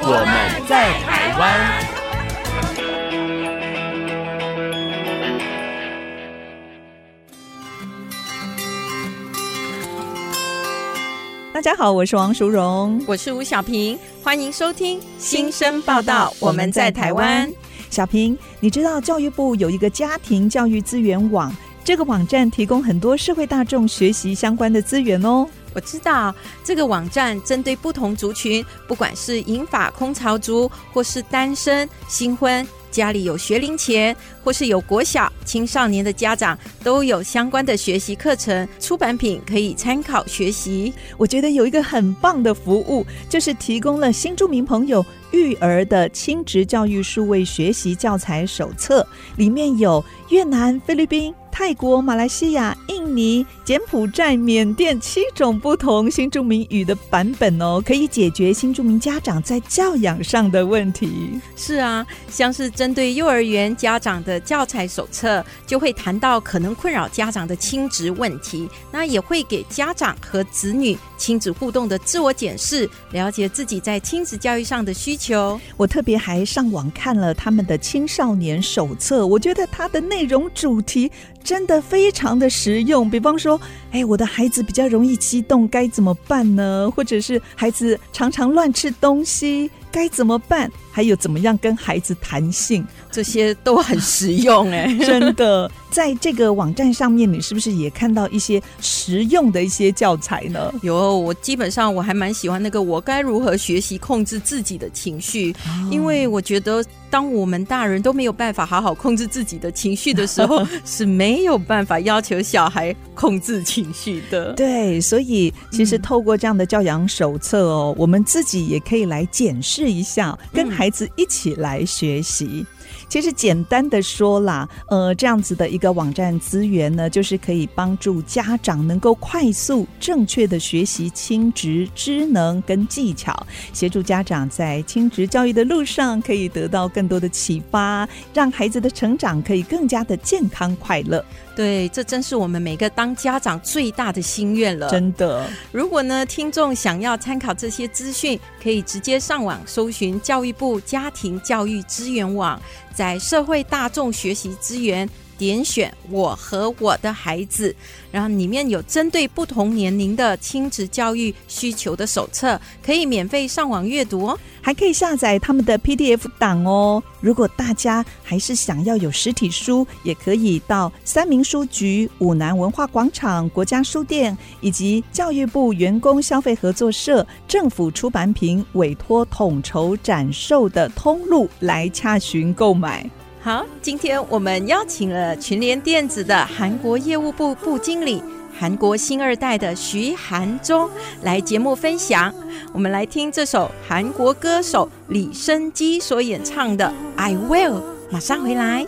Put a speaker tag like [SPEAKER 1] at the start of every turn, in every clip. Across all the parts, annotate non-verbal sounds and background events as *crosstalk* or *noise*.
[SPEAKER 1] 我们在台湾。
[SPEAKER 2] 大家好，我是王淑荣。
[SPEAKER 3] 我是吴小平，欢迎收听《新生报道》，我们在台湾。
[SPEAKER 2] 小平，你知道教育部有一个家庭教育资源网，这个网站提供很多社会大众学习相关的资源哦。
[SPEAKER 3] 我知道这个网站针对不同族群，不管是银发空巢族，或是单身、新婚、家里有学龄前，或是有国小青少年的家长，都有相关的学习课程、出版品可以参考学习。
[SPEAKER 2] 我觉得有一个很棒的服务，就是提供了新住民朋友育儿的亲职教育数位学习教材手册，里面有越南、菲律宾、泰国、马来西亚、印尼、柬埔寨、缅甸七种不同新住民语的版本哦，可以解决新住民家长在教养上的问题。
[SPEAKER 3] 是啊，像是针对幼儿园家长的教材手册，就会谈到可能困扰家长的亲职问题，那也会给家长和子女亲子互动的自我检视，了解自己在亲子教育上的需求。
[SPEAKER 2] 我特别还上网看了他们的青少年手册，我觉得它的内容主题真的非常的实用。比方说，哎，我的孩子比较容易激动，该怎么办呢？或者是孩子常常乱吃东西，该怎么办？还有怎么样跟孩子谈性？
[SPEAKER 3] 这些都很实用哎、 *laughs*
[SPEAKER 2] 真的，在这个网站上面，你是不是也看到一些实用的一些教材呢？
[SPEAKER 3] 有，我基本上我还蛮喜欢那个我该如何学习控制自己的情绪，因为我觉得当我们大人都没有办法好好控制自己的情绪的时候，是没有办法要求小孩控制情绪
[SPEAKER 2] *laughs*
[SPEAKER 3] 的。
[SPEAKER 2] 对，所以其实透过这样的教养手册哦，我们自己也可以来检视一下，跟孩子一起来学习。其实简单的说啦，呃，这样子的一个网站资源呢，就是可以帮助家长能够快速、正确的学习亲职知能跟技巧，协助家长在亲职教育的路上可以得到更多的启发，让孩子的成长可以更加的健康快乐。
[SPEAKER 3] 对，这真是我们每个当家长最大的心愿了。
[SPEAKER 2] 真的，
[SPEAKER 3] 如果呢，听众想要参考这些资讯，可以直接上网搜寻教育部家庭教育资源网，在社会大众学习资源点选“我和我的孩子”，然后里面有针对不同年龄的亲子教育需求的手册，可以免费上网阅读哦。
[SPEAKER 2] 还可以下载他们的 PDF 档哦。如果大家还是想要有实体书，也可以到三明书局、五南文化广场、国家书店以及教育部员工消费合作社、政府出版品委托统筹展售的通路来洽询购买。
[SPEAKER 3] 好，今天我们邀请了群联电子的韩国业务部部经理、韩国新二代的徐韩忠来节目分享。我们来听这首韩国歌手李生基所演唱的《I Will》，马上回来。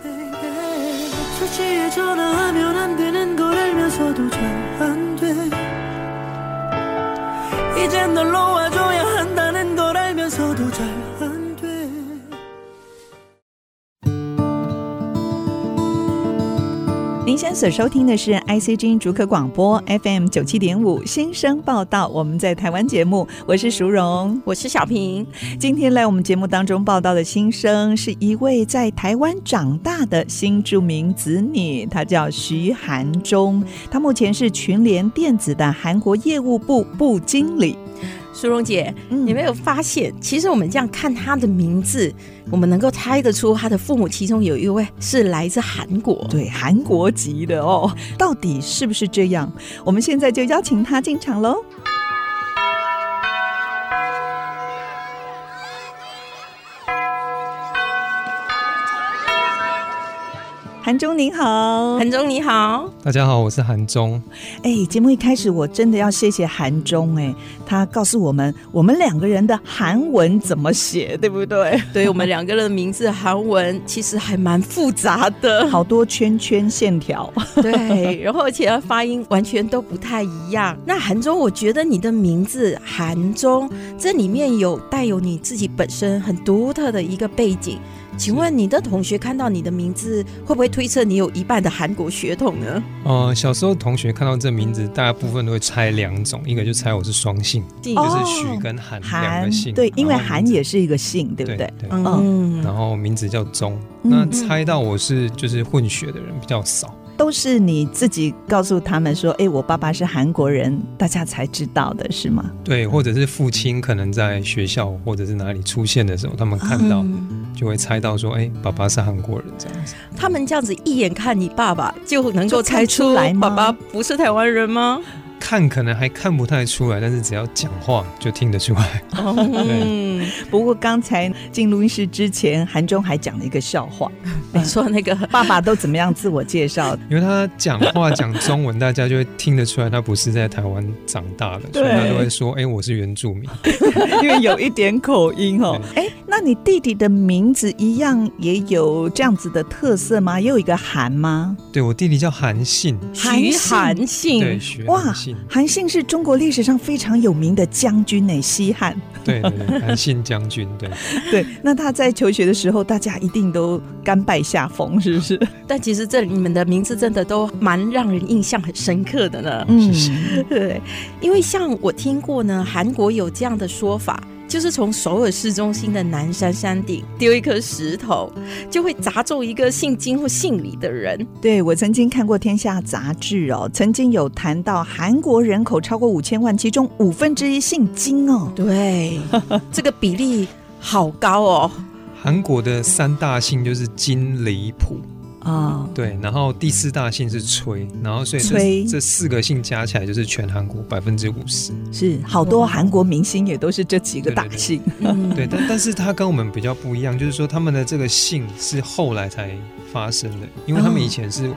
[SPEAKER 4] 수시에 전화하면 안 되는 걸 알면서도 잘 안돼 이젠 널 놓아줘야 한다는 걸 알면서도 잘 안 돼 내
[SPEAKER 2] 您现在所收听的是 ICG 逐客广播 FM 九七点五新生报道，我们在台湾节目，我是淑荣。
[SPEAKER 3] 我是小平，
[SPEAKER 2] 今天来我们节目当中报道的新生是一位在台湾长大的新著名子女，她叫徐韩中，她目前是群联电子的韩国业务部部经理。
[SPEAKER 3] 苏荣姐，
[SPEAKER 2] 嗯
[SPEAKER 3] 你没有发现，其实我们这样看他的名字，我们能够猜得出他的父母其中有一位是来自韩国。
[SPEAKER 2] 对韩国籍的哦，到底是不是这样？我们现在就邀请她进场喽。韩中您好，
[SPEAKER 3] 韩中你好，
[SPEAKER 5] 大家好，我是韩忠。
[SPEAKER 2] 哎，节目一开始我真的要谢谢韩中，哎，他告诉我们我们两个人的韩文怎么写，对不对？
[SPEAKER 3] 对我们两个人的名字韩文其实还蛮复杂的，
[SPEAKER 2] 好多圈圈线条，
[SPEAKER 3] *laughs* 对，然后而且发音完全都不太一样。那韩中，我觉得你的名字韩中，这里面有带有你自己本身很独特的一个背景。请问你的同学看到你的名字，会不会推测你有一半的韩国血统呢？
[SPEAKER 5] 呃，小时候同学看到这名字，大部分都会猜两种，一个就猜我是双姓，
[SPEAKER 2] 哦
[SPEAKER 5] 就是许跟韩两个姓。
[SPEAKER 2] 对，因为
[SPEAKER 5] 然后
[SPEAKER 2] 韩
[SPEAKER 5] 名字
[SPEAKER 2] 也是一个姓，对不
[SPEAKER 5] 对
[SPEAKER 2] 对？
[SPEAKER 5] 对
[SPEAKER 3] 嗯，
[SPEAKER 5] 然后名字叫钟。
[SPEAKER 2] 嗯
[SPEAKER 5] 那猜到我是就是混血的人比较少。
[SPEAKER 2] 都是你自己告诉他们说，哎，我爸爸是韩国人，大家才知道的是吗？
[SPEAKER 5] 对，或者是父亲可能在学校或者是哪里出现的时候，他们看到
[SPEAKER 3] 嗯
[SPEAKER 5] 就会猜到说，哎、爸爸是韩国人这样
[SPEAKER 2] 嗯
[SPEAKER 5] 子。
[SPEAKER 3] 他们这样子一眼看你爸爸就能够猜出
[SPEAKER 2] 就看出来吗
[SPEAKER 3] 爸爸不是台湾人吗？
[SPEAKER 5] 看可能还看不太出来，但是只要讲话就听得出来。
[SPEAKER 2] 哦
[SPEAKER 5] *laughs*
[SPEAKER 3] 嗯，
[SPEAKER 2] 不过刚才进录音室之前，韩中还讲了一个笑话，
[SPEAKER 3] 你说那个
[SPEAKER 2] 爸爸都怎么样自我介绍？
[SPEAKER 5] 因为他讲话讲中文，大家就会听得出来他不是在台湾长大的，所以他
[SPEAKER 2] 对
[SPEAKER 5] 都会说：“哎、我是原
[SPEAKER 2] *laughs*
[SPEAKER 5] 住民。
[SPEAKER 2] 因为有一点口音哦。
[SPEAKER 5] 嗯
[SPEAKER 2] 哎，那你弟弟的名字一样也有这样子的特色吗？也有一个韩吗？
[SPEAKER 5] 对”我弟弟叫韩信，
[SPEAKER 3] 徐韩
[SPEAKER 5] 对，
[SPEAKER 3] 信，
[SPEAKER 5] 学
[SPEAKER 2] 嗯哇
[SPEAKER 5] 韩信，
[SPEAKER 2] 韩信是中国历史上非常有名的将军呢，西汉。
[SPEAKER 5] 对对对，韩信将军，对，
[SPEAKER 2] 对，
[SPEAKER 5] 嗯
[SPEAKER 2] 那他在求学的时候，大家一定都甘拜下风，是不是？
[SPEAKER 3] 但其实这里你们的名字真的都蛮让人印象很深刻的
[SPEAKER 2] 嗯
[SPEAKER 3] 呢。
[SPEAKER 5] 谢谢。
[SPEAKER 3] 对，因为像我听过呢，韩国有这样的说法，就是从首尔市中心的南山山顶丢一颗石头，就会砸中一个姓金或姓李的人。
[SPEAKER 2] *laughs* 对，我曾经看过《天下》杂志哦，曾经有谈到韩国人口超过五千万，其中五分之一姓金哦。
[SPEAKER 3] 对，这个比例好高哦。
[SPEAKER 5] 韩国的三大姓就是金、离谱，
[SPEAKER 2] 啊、
[SPEAKER 5] 对，然后第四大姓是崔，然后所以
[SPEAKER 2] 崔
[SPEAKER 5] 这这四个姓加起来就是全韩国百分之五十。
[SPEAKER 2] 是好多韩国明星也都是这几个大
[SPEAKER 5] 对对对
[SPEAKER 2] 姓。
[SPEAKER 3] 嗯，
[SPEAKER 5] 对，但但是他跟我们比较不一样，就是说他们的这个姓是后来才发生的，因为他们
[SPEAKER 2] 哦
[SPEAKER 5] 以前是啊、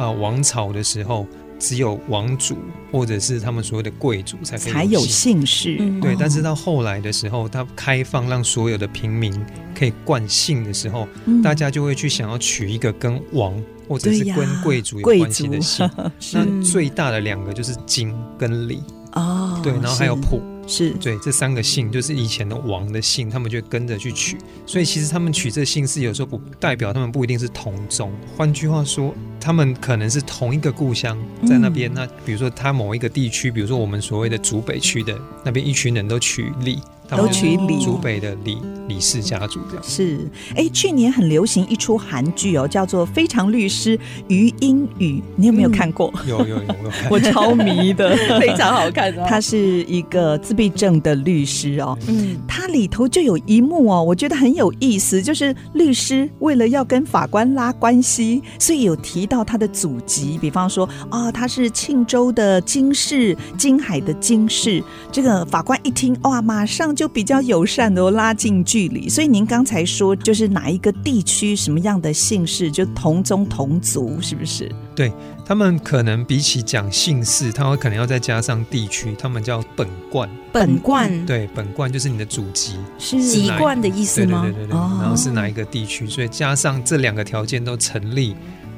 [SPEAKER 5] 呃王朝的时候，只有王族或者是他们所谓的贵族才可以
[SPEAKER 2] 才有哦
[SPEAKER 5] 姓。
[SPEAKER 2] 姓氏。
[SPEAKER 3] 嗯
[SPEAKER 5] 对，但是到后来的时候，他开放让所有的平民可以冠姓的时候，
[SPEAKER 2] 嗯
[SPEAKER 5] 大家就会去想要取一个跟王或者是
[SPEAKER 2] 对呀
[SPEAKER 5] 跟贵族有
[SPEAKER 2] 贵
[SPEAKER 5] 关系
[SPEAKER 2] 族
[SPEAKER 5] 的姓。
[SPEAKER 2] *laughs*
[SPEAKER 3] 嗯
[SPEAKER 5] 那最大的两个就是金跟李，
[SPEAKER 2] 哦，
[SPEAKER 5] 对，然后还有朴，
[SPEAKER 2] 是
[SPEAKER 5] 对，这三个姓就是以前的王的姓，他们就跟着去取。所以其实他们取这姓氏，有时候不代表他们不一定是同宗。换句话说，他们可能是同一个故乡在那
[SPEAKER 2] 嗯
[SPEAKER 5] 边。那比如说他某一个地区，比如说我们所谓的竹北区的那边，一群人都取李，他
[SPEAKER 2] 都
[SPEAKER 5] 们就是
[SPEAKER 2] 取李。
[SPEAKER 5] 竹北的李李氏家族这样。
[SPEAKER 2] 是，哎，去年很流行一出韩剧哦，叫做《非常律师于英语》，你有没有
[SPEAKER 3] 嗯
[SPEAKER 2] 看过？
[SPEAKER 5] 有有有，我
[SPEAKER 2] *laughs*
[SPEAKER 5] 看
[SPEAKER 2] 我超迷 *laughs* 的，
[SPEAKER 3] *laughs* 非常好看哦。
[SPEAKER 2] 他是一个自闭症的律师哦。
[SPEAKER 3] 嗯，
[SPEAKER 2] 它里头就有一幕哦，我觉得很有意思，就是律师为了要跟法官拉关系，所以有提到他的祖籍，比方说啊，他是庆州的金氏，金海的金氏。这个法官一听哇，马上就比较友善的哦拉近距离。所以您刚才说，就是哪一个地区什么样的姓氏，就同宗同族，是不是？
[SPEAKER 5] 他们可能比起讲姓氏，他会可能要再加上地区，他们叫本贯。
[SPEAKER 3] 本
[SPEAKER 2] 嗯
[SPEAKER 3] 贯
[SPEAKER 5] 对，本贯就是你的祖籍。
[SPEAKER 2] 是
[SPEAKER 3] 籍贯的意思
[SPEAKER 5] 对对
[SPEAKER 3] 吗
[SPEAKER 5] 对？对对，
[SPEAKER 2] 哦
[SPEAKER 5] 然后是哪一个地区，所以加上这两个条件都成立，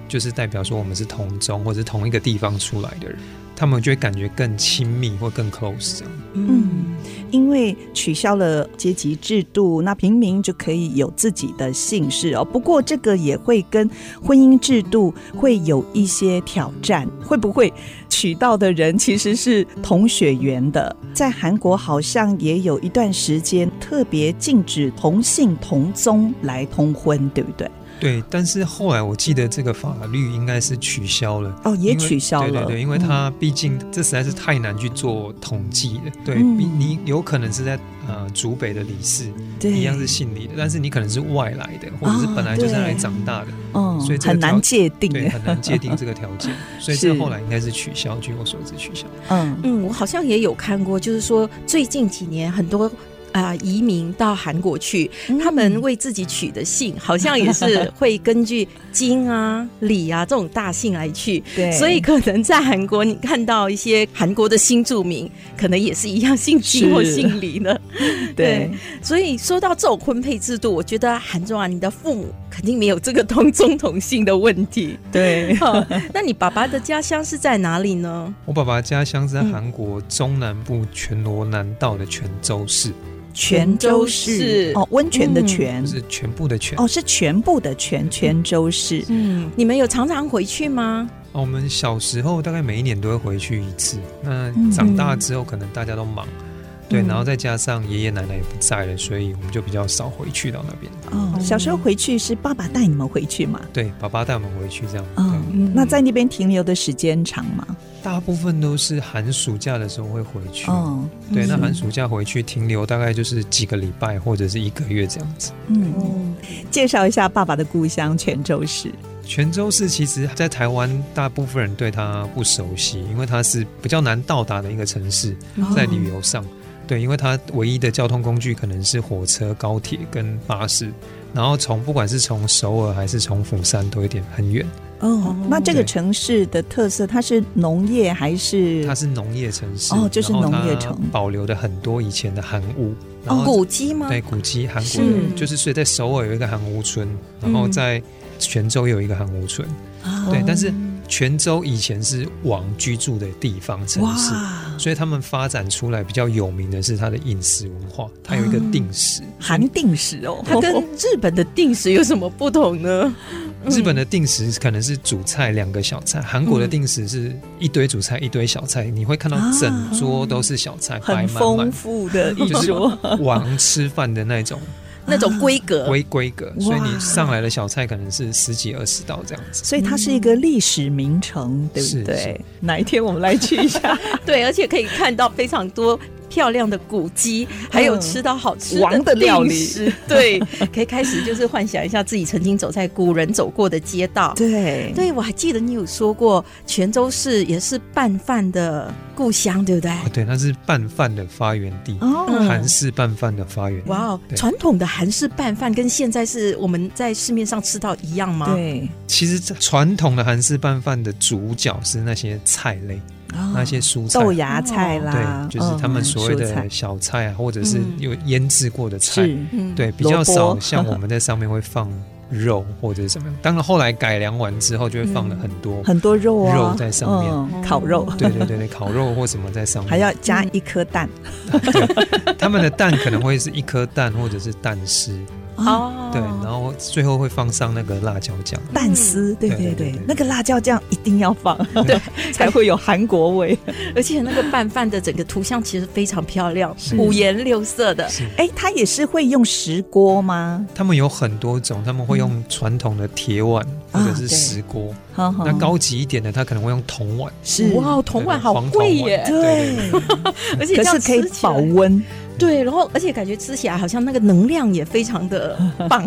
[SPEAKER 5] 就是代表说我们是同宗或者是同一个地方出来的人，他们就会感觉更亲密或更 close 这样。
[SPEAKER 3] 嗯，
[SPEAKER 2] 因为取消了阶级制度，那平民就可以有自己的姓氏哦。不过这个也会跟婚姻制度会有一些挑战，会不会娶到的人其实是同血缘的？在韩国好像也有一段时间特别禁止同姓同宗来通婚，对不对？
[SPEAKER 5] 对，但是后来我记得这个法律应该是取消了。
[SPEAKER 2] 哦，也
[SPEAKER 5] 因为
[SPEAKER 2] 取消了，
[SPEAKER 5] 对对对，因
[SPEAKER 2] 嗯
[SPEAKER 5] 为它毕竟这实在是太难去做统计了。对，
[SPEAKER 2] 嗯
[SPEAKER 5] 你你有可能是在呃竹北的李氏
[SPEAKER 2] 对
[SPEAKER 5] 一样是姓李的，但是你可能是外来的，或者是
[SPEAKER 2] 哦
[SPEAKER 5] 本来就是
[SPEAKER 2] 对
[SPEAKER 5] 来长大的，
[SPEAKER 2] 嗯，
[SPEAKER 5] 所以这个
[SPEAKER 2] 很难
[SPEAKER 5] 条
[SPEAKER 2] 界定
[SPEAKER 5] 对，
[SPEAKER 2] 耶，
[SPEAKER 5] 很难界定这个条
[SPEAKER 2] *laughs*
[SPEAKER 5] 件，所以
[SPEAKER 2] 是
[SPEAKER 5] 这后来应该是取消，据我所知取消。
[SPEAKER 2] 嗯。
[SPEAKER 3] 嗯，我好像也有看过，就是说最近几年很多啊、移民到韩国去，
[SPEAKER 2] 嗯
[SPEAKER 3] 他们为自己取的姓，好像也是会根据金啊、李啊这种大姓来去。
[SPEAKER 2] *laughs* 对，
[SPEAKER 3] 所以可能在韩国，你看到一些韩国的新住民，可能也是一样姓金
[SPEAKER 2] 是
[SPEAKER 3] 或姓李呢。
[SPEAKER 2] 对
[SPEAKER 3] 所以说到这种婚配制度，我觉得韩中啊，你的父母肯定没有这个同宗同姓的问题。 *laughs*
[SPEAKER 2] 对，
[SPEAKER 3] 哦那你爸爸的家乡是在哪里呢？
[SPEAKER 5] 我爸爸的家乡是在
[SPEAKER 3] 嗯
[SPEAKER 5] 韩国中南部全罗南道的泉州市，
[SPEAKER 2] 泉州
[SPEAKER 3] 泉州市
[SPEAKER 2] 市哦，温泉的泉
[SPEAKER 5] 就。是全部的全。
[SPEAKER 2] 哦，是全部的全泉州市，
[SPEAKER 3] 嗯，你们有常常回去吗？
[SPEAKER 5] 哦我们小时候大概每一年都会回去一次，那
[SPEAKER 2] 嗯
[SPEAKER 5] 长大之后可能大家都忙，对，
[SPEAKER 3] 嗯
[SPEAKER 5] 然后再加上爷爷奶奶也不在了，所以我们就比较少回去到那边。
[SPEAKER 2] 哦，小时候回去是爸爸带你们回去嘛？
[SPEAKER 5] 对，爸爸带我们回去这样。
[SPEAKER 2] 嗯
[SPEAKER 5] 对，
[SPEAKER 3] 嗯
[SPEAKER 2] 那在那边停留的时间长吗？
[SPEAKER 5] 大部分都是寒暑假的时候会回去。
[SPEAKER 2] 哦，
[SPEAKER 5] 对，那
[SPEAKER 2] 是
[SPEAKER 5] 寒暑假回去停留大概就是几个礼拜或者是一个月这样子。
[SPEAKER 2] 嗯，
[SPEAKER 3] 嗯
[SPEAKER 2] 介绍一下爸爸的故乡泉州市。
[SPEAKER 5] 泉州市其实，在台湾大部分人对它不熟悉，因为它是比较难到达的一个城市，
[SPEAKER 3] 哦
[SPEAKER 2] 哦
[SPEAKER 5] 在旅游上，对，因为它唯一的交通工具可能是火车、高铁跟巴士，然后从不管是从首尔还是从釜山都有点很远。
[SPEAKER 2] 哦，
[SPEAKER 3] 嗯
[SPEAKER 2] 那这个
[SPEAKER 5] 对
[SPEAKER 2] 城市的特色，它是农业还是
[SPEAKER 5] 它？是农业城市，
[SPEAKER 2] 哦就是
[SPEAKER 5] 然后
[SPEAKER 2] 农业
[SPEAKER 5] 它
[SPEAKER 2] 城
[SPEAKER 5] 保留了很多以前的韩屋，然后
[SPEAKER 3] 古迹吗？
[SPEAKER 5] 对，古迹韩国
[SPEAKER 3] 是
[SPEAKER 5] 的，就是所以在首尔有一个韩屋村，然后
[SPEAKER 3] 嗯
[SPEAKER 5] 在泉州有一个韩屋村。
[SPEAKER 2] 哦
[SPEAKER 5] 对，但是泉州以前是王居住的地方城
[SPEAKER 2] 哇，
[SPEAKER 5] 市，所以他们发展出来比较有名的是它的饮食文化，它有一个定食。
[SPEAKER 2] 韩定食哦，
[SPEAKER 3] 它跟日本的定时有什么不同
[SPEAKER 5] *laughs*
[SPEAKER 3] 呢？
[SPEAKER 5] 日本的定食可能是主菜两个小菜，韩
[SPEAKER 2] 嗯
[SPEAKER 5] 国的定食是一堆主菜一堆小菜，你会看到整桌都是小菜，摆
[SPEAKER 2] 啊很
[SPEAKER 5] 满满
[SPEAKER 2] 丰，富的一
[SPEAKER 5] 就是
[SPEAKER 2] 桌，
[SPEAKER 5] 王吃饭的
[SPEAKER 2] *laughs*
[SPEAKER 5] 那种
[SPEAKER 3] 那种规格，
[SPEAKER 5] 规规格，所以
[SPEAKER 2] 哇
[SPEAKER 5] 你上来的小菜可能是十几二十道这样子。
[SPEAKER 2] 所以它是一个历史名城，对
[SPEAKER 5] 是
[SPEAKER 2] 不对
[SPEAKER 5] 是？
[SPEAKER 2] 哪一天我们来去一下
[SPEAKER 3] 对，而且可以看到非常多漂亮的古迹，还有
[SPEAKER 2] 嗯
[SPEAKER 3] 吃到好吃
[SPEAKER 2] 王的料理
[SPEAKER 3] 定食对，可以开始就是幻想一下自己曾经走在古人走过的街道。
[SPEAKER 2] 对
[SPEAKER 3] 对，我还记得你有说过，泉州市也是拌饭的故乡，对不对？
[SPEAKER 5] 哦，对，它是拌饭的发源地，
[SPEAKER 2] 哦
[SPEAKER 3] 嗯
[SPEAKER 5] 韩式拌饭的发源地。
[SPEAKER 3] 哇哦，
[SPEAKER 5] 对
[SPEAKER 3] 传统的韩式拌饭跟现在是我们在市面上吃到一样吗？，
[SPEAKER 2] 对，
[SPEAKER 5] 其实这传统的韩式拌饭的主角是那些菜类，那些蔬菜。
[SPEAKER 2] 哦豆芽菜啦，
[SPEAKER 5] 对，就是他们
[SPEAKER 2] 嗯
[SPEAKER 5] 所谓
[SPEAKER 2] 蔬
[SPEAKER 5] 的
[SPEAKER 2] 菜
[SPEAKER 5] 小菜啊，或者是
[SPEAKER 3] 嗯
[SPEAKER 5] 有腌制过的菜，
[SPEAKER 2] 是
[SPEAKER 3] 嗯，
[SPEAKER 5] 对，比较
[SPEAKER 2] 萝
[SPEAKER 5] 少
[SPEAKER 2] 卜
[SPEAKER 5] 像我们在上面会放肉或者是什么样。当然后来改良完之后，就会放了很多，
[SPEAKER 2] 很多肉啊，
[SPEAKER 5] 肉在上面
[SPEAKER 2] 嗯烤肉，
[SPEAKER 5] 对对对对，烤肉或什么在上
[SPEAKER 2] *laughs*
[SPEAKER 5] 面。
[SPEAKER 2] 还要加一颗蛋。
[SPEAKER 5] *laughs* 他们的蛋可能会是一颗蛋或者是蛋丝，
[SPEAKER 3] 哦，
[SPEAKER 5] 对，然后最后会放上那个辣椒酱。
[SPEAKER 2] 蛋丝，对
[SPEAKER 5] 嗯对
[SPEAKER 2] 对
[SPEAKER 5] 对对
[SPEAKER 2] 对
[SPEAKER 5] 对，
[SPEAKER 2] 那个辣椒酱一定要放，
[SPEAKER 5] 对，
[SPEAKER 2] *laughs* 才会有韩国
[SPEAKER 5] *laughs*
[SPEAKER 2] 味。
[SPEAKER 3] 而且那个拌饭的整个图像其实非常漂亮，五颜六色的。
[SPEAKER 5] 是
[SPEAKER 2] 哎，它也是会用石锅吗？
[SPEAKER 5] 他们有很多种，他们会
[SPEAKER 3] 嗯
[SPEAKER 5] 用传统的铁碗或者
[SPEAKER 2] 啊对
[SPEAKER 5] 是石锅，
[SPEAKER 2] 哈哈
[SPEAKER 5] 那高级一点的，他可能会用铜碗。
[SPEAKER 2] 是
[SPEAKER 3] 哇，哦铜碗好贵耶！
[SPEAKER 2] *laughs* 对，
[SPEAKER 3] 而且
[SPEAKER 2] 可
[SPEAKER 3] 这样
[SPEAKER 2] 是可以
[SPEAKER 3] 吃起来
[SPEAKER 2] 保温，
[SPEAKER 3] 对，然后而且感觉吃起来好像那个能量也非常的棒。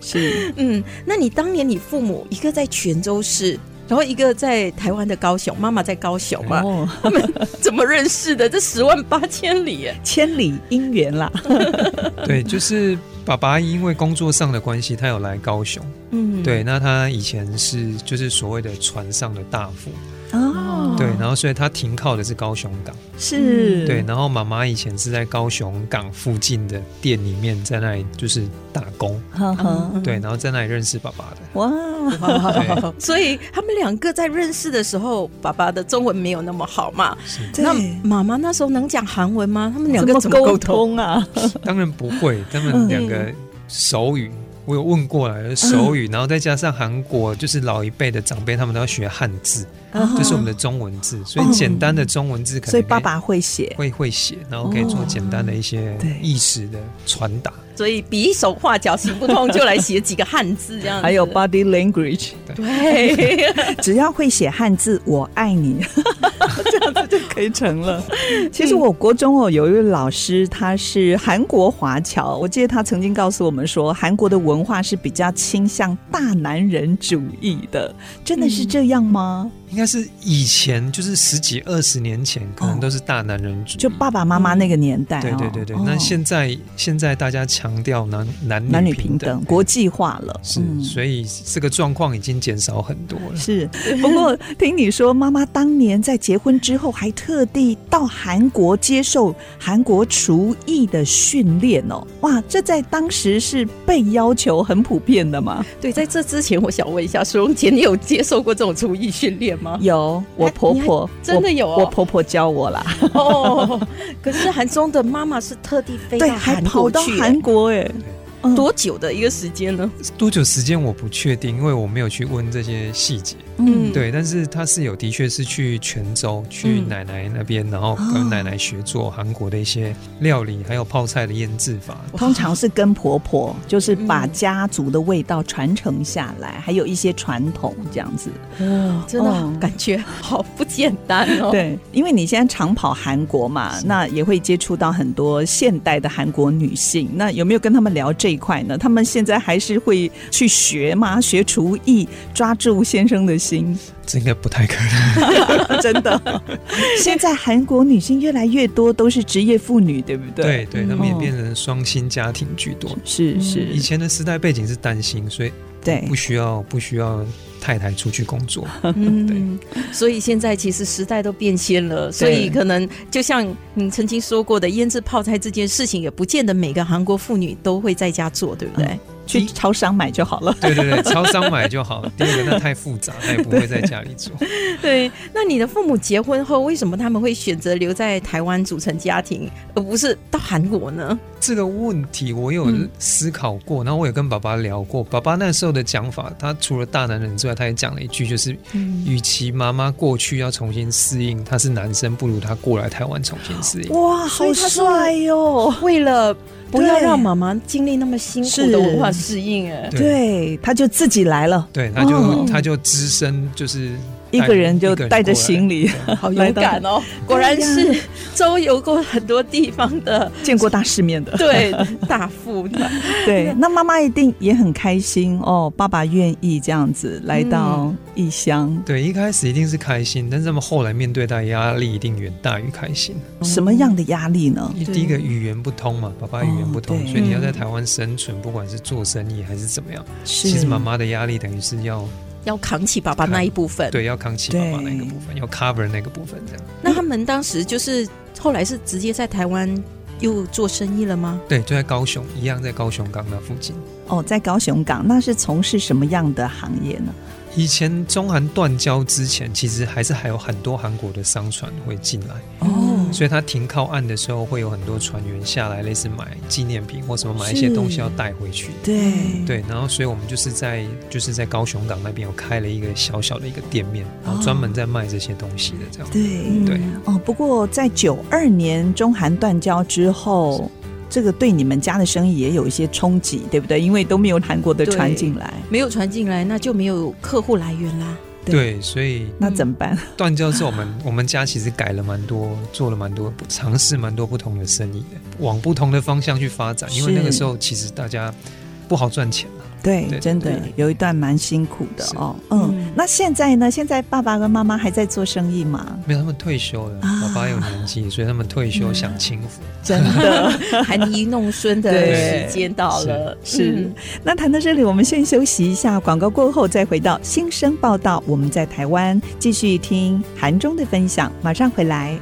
[SPEAKER 2] 是
[SPEAKER 3] *laughs* 嗯，那你当年你父母一个在泉州市，然后一个在台湾的高雄，妈妈在高雄嘛，
[SPEAKER 2] 哦，
[SPEAKER 3] 他们怎么认识的？这十万八千里耶！
[SPEAKER 2] 千里姻缘啦，
[SPEAKER 5] 对，就是爸爸因为工作上的关系，他有来高雄。
[SPEAKER 3] 嗯， *laughs*
[SPEAKER 5] 对，那他以前是就是所谓的船上的大副，
[SPEAKER 2] 哦，
[SPEAKER 5] 对，然后所以他停靠的是高雄港。
[SPEAKER 2] 是，
[SPEAKER 3] 嗯
[SPEAKER 5] 嗯对，然后妈妈以前是在高雄港附近的店里面，在那里就是打工。
[SPEAKER 2] 哈哈，
[SPEAKER 3] 嗯
[SPEAKER 5] 对，然后在那里认识爸爸的。
[SPEAKER 2] 哇，
[SPEAKER 5] 对，
[SPEAKER 3] 所以他们两个在认识的时候，爸爸的中文没有那么好嘛。
[SPEAKER 5] 是
[SPEAKER 2] 对
[SPEAKER 3] 那妈妈那时候能讲韩文吗？他们两
[SPEAKER 2] 怎
[SPEAKER 3] 个
[SPEAKER 2] 么
[SPEAKER 3] 怎么沟
[SPEAKER 2] 沟
[SPEAKER 3] 通？
[SPEAKER 2] 通啊？
[SPEAKER 5] 当然不会，
[SPEAKER 2] 嗯
[SPEAKER 5] 他们两个手语。我有问过了，手
[SPEAKER 2] 嗯
[SPEAKER 5] 语，然后再加上韩国，就是老一辈的长辈，他们都要学汉字，这是我们的中文字，所以简单的中文字可能
[SPEAKER 2] 哦所以
[SPEAKER 5] 可
[SPEAKER 2] 爸哦爸会写，
[SPEAKER 5] 会会写，然后可以做简单的一些
[SPEAKER 2] 对
[SPEAKER 5] 意识的传达。
[SPEAKER 3] 所以比手画脚行不通，就来写几个汉字这样子。
[SPEAKER 2] 还有 body language，
[SPEAKER 3] 对，
[SPEAKER 5] *laughs*
[SPEAKER 2] 只要会写汉字，我爱你，样子就可以成了。
[SPEAKER 5] 嗯
[SPEAKER 2] 其实我国中哦有一位老师，他是韩国华侨，我记得他曾经告诉我们说，韩国的文化是比较倾向大男人主义的，真的是
[SPEAKER 5] 嗯
[SPEAKER 2] 这样吗？
[SPEAKER 5] 应该是以前就是十几二十年前，可能都是大男人主义。
[SPEAKER 2] 就爸爸妈妈那个年代、哦，
[SPEAKER 5] 嗯对对对对，
[SPEAKER 2] 哦
[SPEAKER 5] 那现在现在大家强调男男
[SPEAKER 2] 男女平
[SPEAKER 5] 平
[SPEAKER 2] 等国际化了，
[SPEAKER 5] 是，
[SPEAKER 2] 嗯
[SPEAKER 5] 所以这个状况已经减少很多了。
[SPEAKER 2] 是，不过听你说，妈妈当年在结婚之后，还特地到韩国接受韩国厨艺的训练哦。哇，这在当时是被要求很普遍的吗？
[SPEAKER 3] 对，在这之前，我想问一下，苏荣姐，你有接受过这种厨艺训练吗？
[SPEAKER 2] 有，我
[SPEAKER 3] 哎
[SPEAKER 2] 婆
[SPEAKER 3] 你还
[SPEAKER 2] 婆
[SPEAKER 3] 真的有
[SPEAKER 2] 我，我
[SPEAKER 3] 哦。
[SPEAKER 2] 婆婆教我啦。
[SPEAKER 3] 哦， *laughs* 可是韩中的妈妈是特地飞
[SPEAKER 2] 对，
[SPEAKER 3] 到
[SPEAKER 2] 还
[SPEAKER 3] 哎韩
[SPEAKER 2] 跑
[SPEAKER 3] 国
[SPEAKER 2] 到
[SPEAKER 3] 去，
[SPEAKER 2] 韩国哎、嗯
[SPEAKER 3] 多久的一个时间呢？
[SPEAKER 5] 多久时间我不确定，因为我没有去问这些细节。
[SPEAKER 3] 嗯
[SPEAKER 5] 对，但是他是有的确是去泉州，去
[SPEAKER 3] 嗯
[SPEAKER 5] 奶奶那边，然后
[SPEAKER 2] 哦
[SPEAKER 5] 跟奶奶学做韩国的一些料理，还有泡菜的腌制法。
[SPEAKER 2] 通常是跟婆婆，就是把
[SPEAKER 3] 嗯
[SPEAKER 2] 家族的味道传承下来，还有一些传统这样子。
[SPEAKER 3] 真的
[SPEAKER 2] 哦
[SPEAKER 3] 感觉好不简单哦。，
[SPEAKER 2] 对，因为你现在常跑韩国嘛，那也会接触到很多现代的韩国女性。那有没有跟他们聊这一块呢？他们现在还是会去学吗？学厨艺，抓住先生的心， *laughs*
[SPEAKER 5] 这应该不太可能。
[SPEAKER 2] 真的。现在韩国女性越来越多都是职业妇女，对不对？
[SPEAKER 5] 对对，他们也变成双薪家庭居多。
[SPEAKER 2] 是
[SPEAKER 5] 以
[SPEAKER 2] 是，
[SPEAKER 5] 前的时代背景是单薪，所以
[SPEAKER 2] 对
[SPEAKER 5] 不。需要不需要太太出去工作。
[SPEAKER 3] 嗯，所以现在其实时代都变迁了，所以可能就像你曾经说过的，腌制泡菜这件事情，也不见得每个韩国妇女都会在家做，对不对？
[SPEAKER 2] 去超商买就好了。
[SPEAKER 5] 对对对，超商买就好。第二个那太复杂，他也不会在家里做。
[SPEAKER 3] 对，那你的父母结婚后，为什么他们会选择留在台湾组成家庭，而不是到韩国呢？
[SPEAKER 5] 这个问题我有
[SPEAKER 3] 嗯
[SPEAKER 5] 思考过，然后我也跟爸爸聊过。爸爸那时候的讲法，他除了大男人之外，他也讲了一句，就是
[SPEAKER 2] 嗯
[SPEAKER 5] 与其妈妈过去要重新适应，他是男生，不如他过来台湾重新适应。
[SPEAKER 2] 哇，
[SPEAKER 3] 所
[SPEAKER 2] 好
[SPEAKER 3] 以他是
[SPEAKER 2] 帅哟、
[SPEAKER 3] 为了不要
[SPEAKER 2] 对
[SPEAKER 3] 让妈妈经历那么辛苦
[SPEAKER 2] 是
[SPEAKER 3] 的文化适应，哎，
[SPEAKER 2] 对，他就自己来了，
[SPEAKER 5] 对，他就、
[SPEAKER 2] 哦
[SPEAKER 5] 他就只身就是
[SPEAKER 2] 一个人就
[SPEAKER 5] 一个人
[SPEAKER 2] 带着
[SPEAKER 5] 过来
[SPEAKER 2] 行李，
[SPEAKER 3] 好勇敢哦！果然是周游过很多地方的，
[SPEAKER 2] 见过大世面的。
[SPEAKER 3] 对，大富的。
[SPEAKER 2] *laughs* 对，那妈妈一定也很开心哦，爸爸愿意这样子来到异乡，
[SPEAKER 5] 对，一开始一定是开心，但是他们后来面对到的压力一定远大于开心。
[SPEAKER 2] 什么样的压力呢？
[SPEAKER 5] 因为第一个语言不通嘛，爸爸语言不通，
[SPEAKER 2] 哦对
[SPEAKER 5] 所以你要在台湾生存，不管是做生意还是怎么样，
[SPEAKER 2] 是
[SPEAKER 5] 其实妈妈的压力等于是要
[SPEAKER 3] 要扛起爸爸那一部分。，
[SPEAKER 5] 对要扛起爸爸那个部分，要 cover 那个部分这样。
[SPEAKER 3] 那他们当时就是后来是直接在台湾又做生意了吗？
[SPEAKER 5] 对，就在高雄，一样在高雄港那附近。
[SPEAKER 2] 哦，在高雄港，那是从事什么样的行业呢？
[SPEAKER 5] 以前中韩断交之前，其实还是还有很多韩国的商船会进来，
[SPEAKER 3] 哦
[SPEAKER 5] 所以它停靠岸的时候，会有很多船员下来，类似买纪念品或什么买一些
[SPEAKER 2] 是
[SPEAKER 5] 东西要带回去。
[SPEAKER 2] 对
[SPEAKER 5] 对，然后所以我们就是在就是在高雄港那边有开了一个小小的一个店面，然后专门在卖这些东西的这样。
[SPEAKER 2] 对
[SPEAKER 5] 哦
[SPEAKER 3] 嗯
[SPEAKER 5] 对
[SPEAKER 2] 哦，不过在九二年中韩断交之后。这个对你们家的生意也有一些冲击，对不对？因为都没有韩国的船进来，
[SPEAKER 3] 没有传进来，那就没有客户来源啦。
[SPEAKER 2] 对
[SPEAKER 5] 对，所以
[SPEAKER 2] 那怎么办？
[SPEAKER 5] 断交之后，我们我们家其实改了蛮多，做了蛮多，尝试蛮多不同的生意的，往不同的方向去发展。因为
[SPEAKER 2] 是
[SPEAKER 5] 那个时候其实大家不好赚钱啊
[SPEAKER 2] *laughs* 对，
[SPEAKER 5] 对
[SPEAKER 2] 真的
[SPEAKER 3] 对
[SPEAKER 2] 有一段蛮辛苦的
[SPEAKER 5] 是
[SPEAKER 2] 哦。嗯
[SPEAKER 3] 嗯，
[SPEAKER 2] 那现在呢？现在爸爸跟妈妈还在做生意吗？
[SPEAKER 5] 没有他们退休了，
[SPEAKER 2] 啊嗯
[SPEAKER 5] 爸爸有年纪，所以他们退休享清福。
[SPEAKER 2] 真的，
[SPEAKER 3] *laughs* 含饴弄孙的
[SPEAKER 2] 对
[SPEAKER 3] 时间到了，
[SPEAKER 2] 是
[SPEAKER 3] 嗯，
[SPEAKER 2] 那谈到这里，我们先休息一下，广告过后再回到新生报道。我们在台湾继续听韩中的分享，马上回来。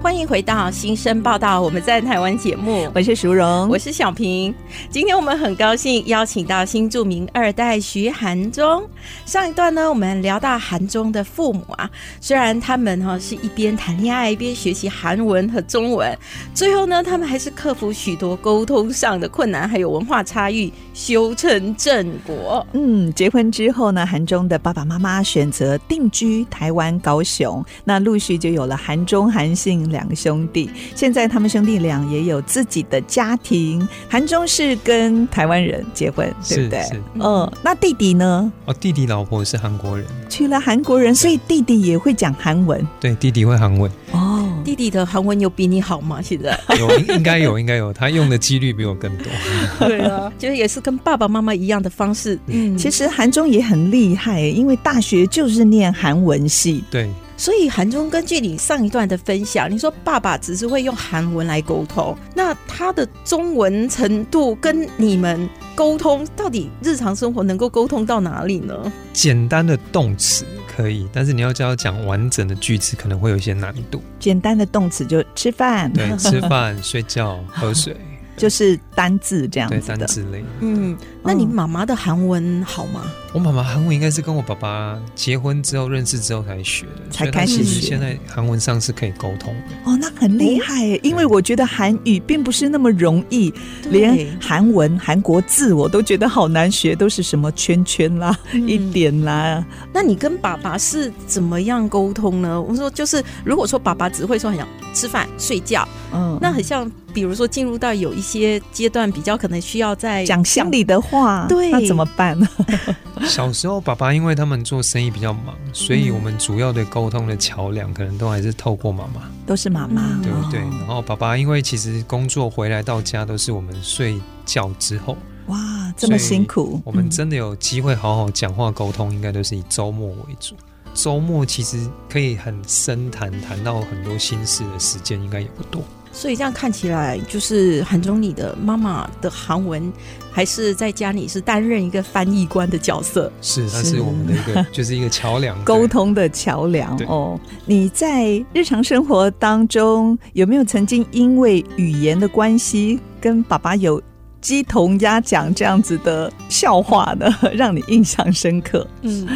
[SPEAKER 3] 欢迎回到新生报道，我们在台湾节目，
[SPEAKER 2] 我是淑荣，
[SPEAKER 3] 我是小平。今天我们很高兴邀请到新著名二代徐寒中。上一段呢，我们聊到韩中的父母啊，虽然他们哈、是一边谈恋爱一边学习韩文和中文，最后呢，他们还是克服许多沟通上的困难，还有文化差异，修成正果。
[SPEAKER 2] 嗯，结婚之后呢，韩中的爸爸妈妈选择定居台湾高雄，那陆续就有了韩中、韩信两兄弟。现在他们兄弟俩也有自己的家庭。韩中是跟台湾人结婚，对
[SPEAKER 5] 是
[SPEAKER 2] 不对？
[SPEAKER 5] 是
[SPEAKER 2] 嗯，那弟弟呢？
[SPEAKER 5] 哦，弟弟老婆是韩国人，
[SPEAKER 2] 娶了韩国人，所以弟弟也会讲韩文
[SPEAKER 5] 对，弟弟会韩文，
[SPEAKER 2] 哦。
[SPEAKER 3] 弟弟的韩文有比你好吗？现在
[SPEAKER 5] 有应应该有，应该有，他用的几率比我更多。 *laughs*
[SPEAKER 3] 对啊， *laughs* 就是也是跟爸爸妈妈一样的方式。嗯，
[SPEAKER 2] 其实韩中也很厉害，因为大学就是念韩文系。
[SPEAKER 5] 对，
[SPEAKER 3] 所以韩中根据你上一段的分享，你说爸爸只是会用韩文来沟通，那他的中文程度跟你们沟通，到底日常生活能够沟通到哪里呢？
[SPEAKER 5] 简单的动词可以，但是你要教讲完整的句子，可能会有一些难度。
[SPEAKER 2] 简单的动词就吃饭，
[SPEAKER 5] 对，
[SPEAKER 2] *laughs*
[SPEAKER 5] 吃饭、睡觉、喝水，
[SPEAKER 2] 就是单字这样
[SPEAKER 5] 对，
[SPEAKER 2] 子
[SPEAKER 5] 单
[SPEAKER 2] 的。
[SPEAKER 5] 字类。
[SPEAKER 3] 嗯，那你
[SPEAKER 2] 嗯
[SPEAKER 3] 妈妈的韩文好吗？
[SPEAKER 5] 我妈妈韩文应该是跟我爸爸结婚之后认识之后才学的，
[SPEAKER 2] 才
[SPEAKER 5] 所以她
[SPEAKER 2] 开始
[SPEAKER 5] 其实
[SPEAKER 2] 学
[SPEAKER 5] 现在韩文上是可以沟通的。
[SPEAKER 2] 哦，那很厉害
[SPEAKER 5] 哎
[SPEAKER 2] 耶！因为我觉得韩语并不是那么容易，连韩文、韩国字我都觉得好难学，都是什么圈圈啦、
[SPEAKER 3] 嗯
[SPEAKER 2] 一点啦。
[SPEAKER 3] 那你跟爸爸是怎么样沟通呢？我说就是，如果说爸爸只会说很想吃饭、睡觉，
[SPEAKER 2] 嗯，
[SPEAKER 3] 那很像，比如说进入到有一些阶段，比较可能需要在
[SPEAKER 2] 讲心里的话，
[SPEAKER 3] 对
[SPEAKER 2] 那怎么办呢？
[SPEAKER 5] 小时候，爸爸因为他们做生意比较忙，所以我们主要的沟通的桥梁可能都还是透过妈妈，
[SPEAKER 2] *laughs* 都是妈妈
[SPEAKER 3] 嗯，
[SPEAKER 5] 对不对？
[SPEAKER 2] 哦
[SPEAKER 5] 然后爸爸因为其实工作回来到家都是我们睡觉之后，
[SPEAKER 2] 哇，这么辛苦，
[SPEAKER 5] 我们
[SPEAKER 2] 嗯
[SPEAKER 5] 真的有机会好好讲话沟通，应该都是以周末为主。周末其实可以很深谈，谈到很多心事的时间应该也不多。
[SPEAKER 3] 所以这样看起来，就是韩中你的妈妈的韩文，还是在家里是担任一个翻译官的角色。
[SPEAKER 5] 是，它
[SPEAKER 2] 是
[SPEAKER 5] 是我们的一个，就是一个
[SPEAKER 2] *laughs*
[SPEAKER 5] 桥梁。
[SPEAKER 2] 沟
[SPEAKER 5] 对
[SPEAKER 2] 通的桥梁
[SPEAKER 5] 对
[SPEAKER 2] 哦。你在日常生活当中有没有曾经因为语言的关系跟爸爸有鸡同鸭讲这样子的笑话呢？ *laughs* 让你印象深刻？
[SPEAKER 3] 嗯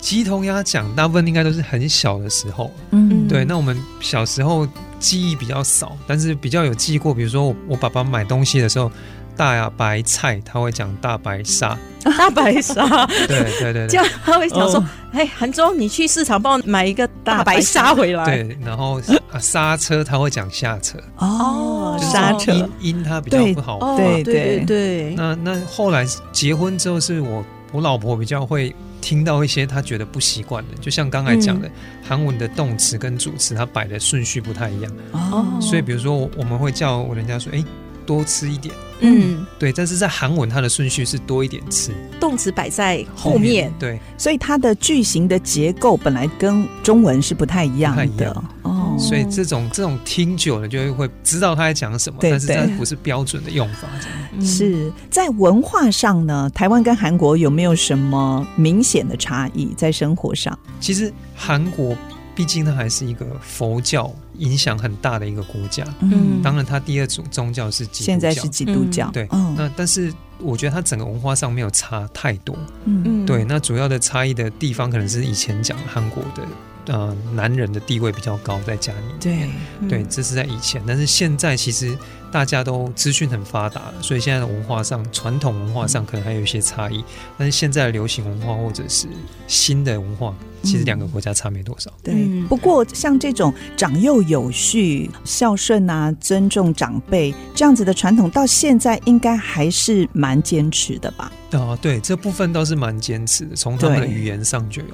[SPEAKER 5] 鸡同鸭讲，大部分应该都是很小的时候。
[SPEAKER 2] 嗯
[SPEAKER 5] 对，那我们小时候记忆比较少，但是比较有记忆过，比如说我我爸爸买东西的时候。大白菜，他会讲大白鲨，
[SPEAKER 3] *laughs* 大白鲨，
[SPEAKER 5] 对对
[SPEAKER 2] *laughs*
[SPEAKER 5] 对
[SPEAKER 3] 这
[SPEAKER 5] 对
[SPEAKER 3] 样他会想说
[SPEAKER 2] 哦：“
[SPEAKER 3] 哎、韩中，你去市场帮我买一个大白鲨回来。”，
[SPEAKER 5] 对，然后啊刹车他会讲下车，
[SPEAKER 2] 哦
[SPEAKER 3] 哦，
[SPEAKER 2] 刹车
[SPEAKER 5] 音音他比较
[SPEAKER 2] 对
[SPEAKER 5] 不好
[SPEAKER 3] 哦，
[SPEAKER 2] 对
[SPEAKER 3] 对对
[SPEAKER 2] 对
[SPEAKER 3] 对，
[SPEAKER 5] 那那后来结婚之后，是我我老婆比较会听到一些她觉得不习惯的，就像刚才讲
[SPEAKER 2] 嗯
[SPEAKER 5] 的，韩、文的动词跟主词它摆的顺序不太一样，
[SPEAKER 2] 哦，
[SPEAKER 5] 所以比如说我我们会叫人家说，哎、多吃一点，
[SPEAKER 3] 嗯，
[SPEAKER 5] 对，但是在韩文它的顺序是多一点吃，
[SPEAKER 3] 动词摆在后面。
[SPEAKER 5] 对，
[SPEAKER 2] 所以它的句型的结构本来跟中文是不太一样
[SPEAKER 5] 不太一
[SPEAKER 2] 的
[SPEAKER 5] 样
[SPEAKER 2] 哦。
[SPEAKER 5] 所以这种这种听久了就会会知道他在讲什么，
[SPEAKER 2] 对
[SPEAKER 5] 但是它
[SPEAKER 2] 对
[SPEAKER 5] 不是标准的用法，这样
[SPEAKER 3] 嗯
[SPEAKER 2] 是在文化上呢，台湾跟韩国有没有什么明显的差异？在生活上，
[SPEAKER 5] 其实韩国毕竟它还是一个佛教影响很大的一个国家，
[SPEAKER 3] 嗯
[SPEAKER 5] 当然它第二种宗教是基督教，
[SPEAKER 2] 现在是基督教，
[SPEAKER 5] 对，
[SPEAKER 2] 嗯
[SPEAKER 5] 那但是我觉得它整个文化上没有差太多。
[SPEAKER 2] 嗯
[SPEAKER 3] 嗯
[SPEAKER 5] 对，那主要的差异的地方可能是以前讲韩国的呃男人的地位比较高，在家里面。
[SPEAKER 2] 对，
[SPEAKER 3] 嗯
[SPEAKER 5] 对，这是在以前，但是现在其实大家都资讯很发达了，所以现在的文化上，传统文化上可能还有一些差异，但是现在的流行文化或者是新的文化，其实两个国家差没多少。
[SPEAKER 2] 对，
[SPEAKER 3] 嗯
[SPEAKER 2] 不过像这种长幼有序、孝顺啊、尊重长辈这样子的传统，到现在应该还是蛮坚持的吧？
[SPEAKER 5] 啊、对，这部分倒是蛮坚持的，从他们的
[SPEAKER 2] 对
[SPEAKER 5] 语言上就有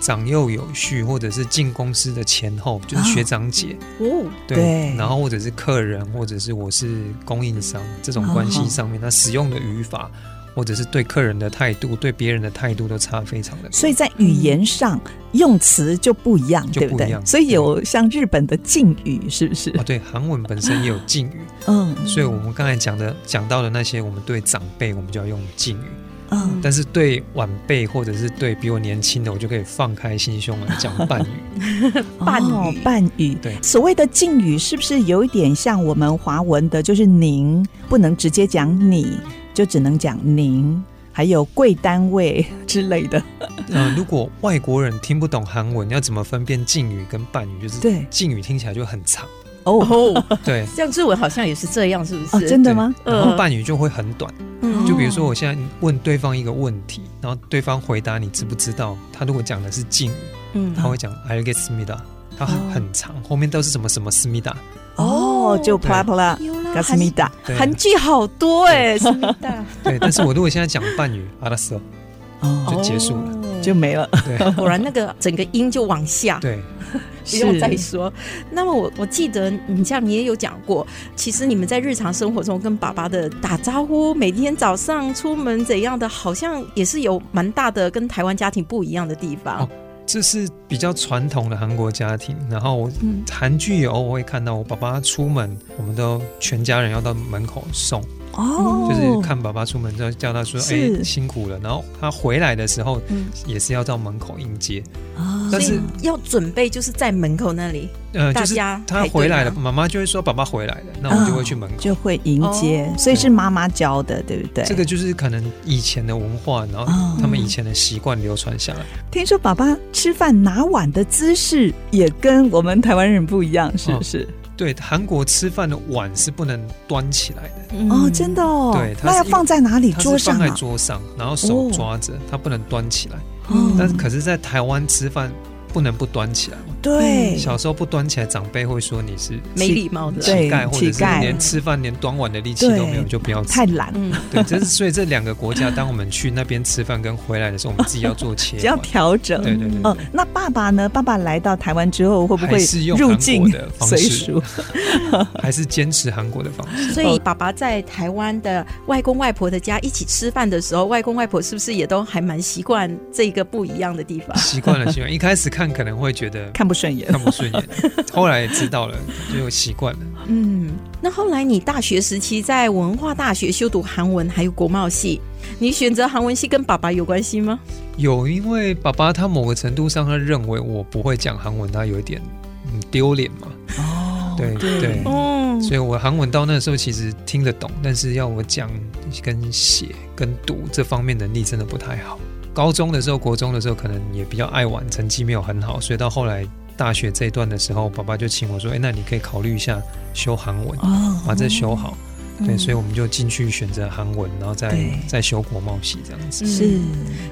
[SPEAKER 5] 长幼有序，或者是进公司的前后，就
[SPEAKER 2] 啊
[SPEAKER 5] 是学长姐，
[SPEAKER 3] 哦，
[SPEAKER 5] 嗯对，
[SPEAKER 2] 对
[SPEAKER 5] 然后或者是客人，或者是我是供应商这种关系上面，那使用的语法，或者是对客人的态度，对别人的态度都差非常的多。
[SPEAKER 2] 所以在语言上、用词就不一样，
[SPEAKER 5] 就
[SPEAKER 2] 对不
[SPEAKER 5] 不一
[SPEAKER 2] 对？
[SPEAKER 5] 样
[SPEAKER 2] 所以有像日本的敬语，是不是？
[SPEAKER 5] 哦，对，韩文本身也有敬语，
[SPEAKER 2] 嗯，
[SPEAKER 5] 所以我们刚才讲的讲到的那些，我们对长辈我们就要用敬语，
[SPEAKER 2] 嗯，
[SPEAKER 5] 但是对晚辈或者是对比我年轻的，我就可以放开心胸来讲伴
[SPEAKER 2] *laughs*
[SPEAKER 5] 语。
[SPEAKER 3] 伴语
[SPEAKER 2] 哦伴语，
[SPEAKER 5] 对
[SPEAKER 2] 所谓的敬语是不是有一点像我们华文的，就是您，不能直接讲你，就只能讲您，还有贵单位之类的，
[SPEAKER 5] 呃，如果外国人听不懂韩文，要怎么分辨敬语跟伴语？就是
[SPEAKER 2] 对
[SPEAKER 5] 敬语听起来就很
[SPEAKER 2] *laughs*
[SPEAKER 5] 长，
[SPEAKER 2] 哦
[SPEAKER 3] 哦，
[SPEAKER 5] 对，
[SPEAKER 3] 像日文好像也是这样，是不是？
[SPEAKER 2] 哦， *laughs* 真的吗？哦
[SPEAKER 5] 对然后伴语就会很短。
[SPEAKER 3] 嗯
[SPEAKER 5] 就比如说，我现在问对方一个问题，然后对方回答你知不知道，他如果讲的是敬语，
[SPEAKER 3] 嗯
[SPEAKER 5] 他会讲 I get s m i d a 他
[SPEAKER 2] 哦
[SPEAKER 5] 很长，后面都是什么什么思密达，
[SPEAKER 2] 哦，就
[SPEAKER 5] 对
[SPEAKER 2] 啪啦啪啦，
[SPEAKER 3] 有啦，
[SPEAKER 2] 嘎斯米
[SPEAKER 3] 韩
[SPEAKER 2] 达，
[SPEAKER 5] 对
[SPEAKER 3] 韩剧好多哎，思密达
[SPEAKER 5] 对。但是我如果现在讲伴语阿拉斯，
[SPEAKER 2] 哦，
[SPEAKER 5] 就结束了，
[SPEAKER 3] *laughs* 哦
[SPEAKER 2] 就没了，
[SPEAKER 5] 对
[SPEAKER 3] 果然那个整个音就往下，
[SPEAKER 5] 对，
[SPEAKER 3] 不用
[SPEAKER 2] 是
[SPEAKER 3] 再说。那么我我记得你像你也有讲过，其实你们在日常生活中跟爸爸的打招呼，每天早上出门怎样的，好像也是有蛮大的跟台湾家庭不一样的地方。
[SPEAKER 5] 哦这是比较传统的韩国家庭。然后我
[SPEAKER 3] 嗯
[SPEAKER 5] 韩剧也偶尔会看到，我爸爸出门，我们都全家人要到门口送，
[SPEAKER 2] 哦，
[SPEAKER 5] 就是看爸爸出门之后叫他说：“哎、
[SPEAKER 2] 是
[SPEAKER 5] 辛苦了。”然后他回来的时候
[SPEAKER 3] 嗯，
[SPEAKER 5] 也是要到门口迎接。
[SPEAKER 2] 哦，
[SPEAKER 5] 但
[SPEAKER 3] 所以
[SPEAKER 5] 是
[SPEAKER 3] 要准备就是在门口那里，
[SPEAKER 5] 呃，
[SPEAKER 3] 大
[SPEAKER 5] 就是
[SPEAKER 3] 家
[SPEAKER 5] 他
[SPEAKER 3] 排队
[SPEAKER 5] 回来了，
[SPEAKER 3] 吗嗯
[SPEAKER 5] 妈妈就会说爸爸回来了，那我们就会去门口。
[SPEAKER 2] 就会迎接
[SPEAKER 3] 哦，
[SPEAKER 2] 所以是妈妈教的，对不对？
[SPEAKER 5] 这个就是可能以前的文化，然后
[SPEAKER 2] 哦
[SPEAKER 5] 他们以前的习惯流传下来。
[SPEAKER 2] 听说爸爸吃饭拿碗的姿势也跟我们台湾人不一样，是不是？
[SPEAKER 5] 对，韩国吃饭的碗是不能端起来的，
[SPEAKER 3] 嗯
[SPEAKER 2] 哦，真的哦，
[SPEAKER 5] 对它是
[SPEAKER 2] 那要放在哪里？
[SPEAKER 5] 它
[SPEAKER 2] 桌
[SPEAKER 5] 是
[SPEAKER 2] 上
[SPEAKER 5] 放在
[SPEAKER 2] 啊，
[SPEAKER 5] 桌上，然后
[SPEAKER 2] 哦
[SPEAKER 5] 手抓着，它不能端起来。
[SPEAKER 2] 嗯
[SPEAKER 5] 但是可是，在台湾吃饭不能不端起来嘛。
[SPEAKER 2] 对，
[SPEAKER 5] 小时候不端起来，长辈会说你是
[SPEAKER 3] 没礼貌的。
[SPEAKER 2] 对
[SPEAKER 5] 乞丐，或者
[SPEAKER 2] 乞
[SPEAKER 5] 是
[SPEAKER 2] 丐
[SPEAKER 5] 连吃饭连端碗的力气都没有，
[SPEAKER 2] 对
[SPEAKER 5] 就不要吃
[SPEAKER 2] 太。懒，
[SPEAKER 3] 嗯，
[SPEAKER 5] 对，这是所以这两个国家，当我们去那边吃饭跟回来的时候，我们自己要做切
[SPEAKER 2] 只要
[SPEAKER 5] 换。
[SPEAKER 2] 调整。
[SPEAKER 5] 对对对对
[SPEAKER 2] 嗯，那爸爸呢？爸爸来到台湾之后，会不
[SPEAKER 5] 还
[SPEAKER 2] 会
[SPEAKER 5] 是用
[SPEAKER 2] 入
[SPEAKER 5] 韩
[SPEAKER 2] 境
[SPEAKER 5] 国的方
[SPEAKER 2] 随
[SPEAKER 5] 式
[SPEAKER 2] 俗？
[SPEAKER 5] 还是坚持韩国的方式。
[SPEAKER 3] 所
[SPEAKER 2] 哦
[SPEAKER 3] 以爸爸在台湾的外公外婆的家一起吃饭的时候，外公外婆是不是也都还蛮习惯这个不一样的地方？
[SPEAKER 5] 习惯了，习
[SPEAKER 2] *laughs*
[SPEAKER 5] 惯。一开始看可能会觉得
[SPEAKER 2] 看不顺
[SPEAKER 5] *laughs*
[SPEAKER 2] 眼
[SPEAKER 5] 看不顺眼，后来知道了就习惯了。
[SPEAKER 3] 嗯，那后来你大学时期在文化大学修读韩文还有国贸系，你选择韩文系跟爸爸有关系吗？
[SPEAKER 5] 有，因为爸爸他某个程度上，他认为我不会讲韩文，他有一点嗯丢脸嘛。
[SPEAKER 2] 哦
[SPEAKER 5] 对对，
[SPEAKER 2] 嗯
[SPEAKER 3] 哦
[SPEAKER 5] 所以我韩文到那时候其实听得懂，但是要我讲跟写跟读这方面能力真的不太好。高中的时候、国中的时候，可能也比较爱玩，成绩没有很好，所以到后来大学这一段的时候，爸爸就请我说：“哎、那你可以考虑一下修韩文。”
[SPEAKER 2] 哦
[SPEAKER 5] 把这修好。对，所以我们就进去选择韩文，然后再
[SPEAKER 2] 对嗯
[SPEAKER 5] 再修国贸系这样子。
[SPEAKER 2] 是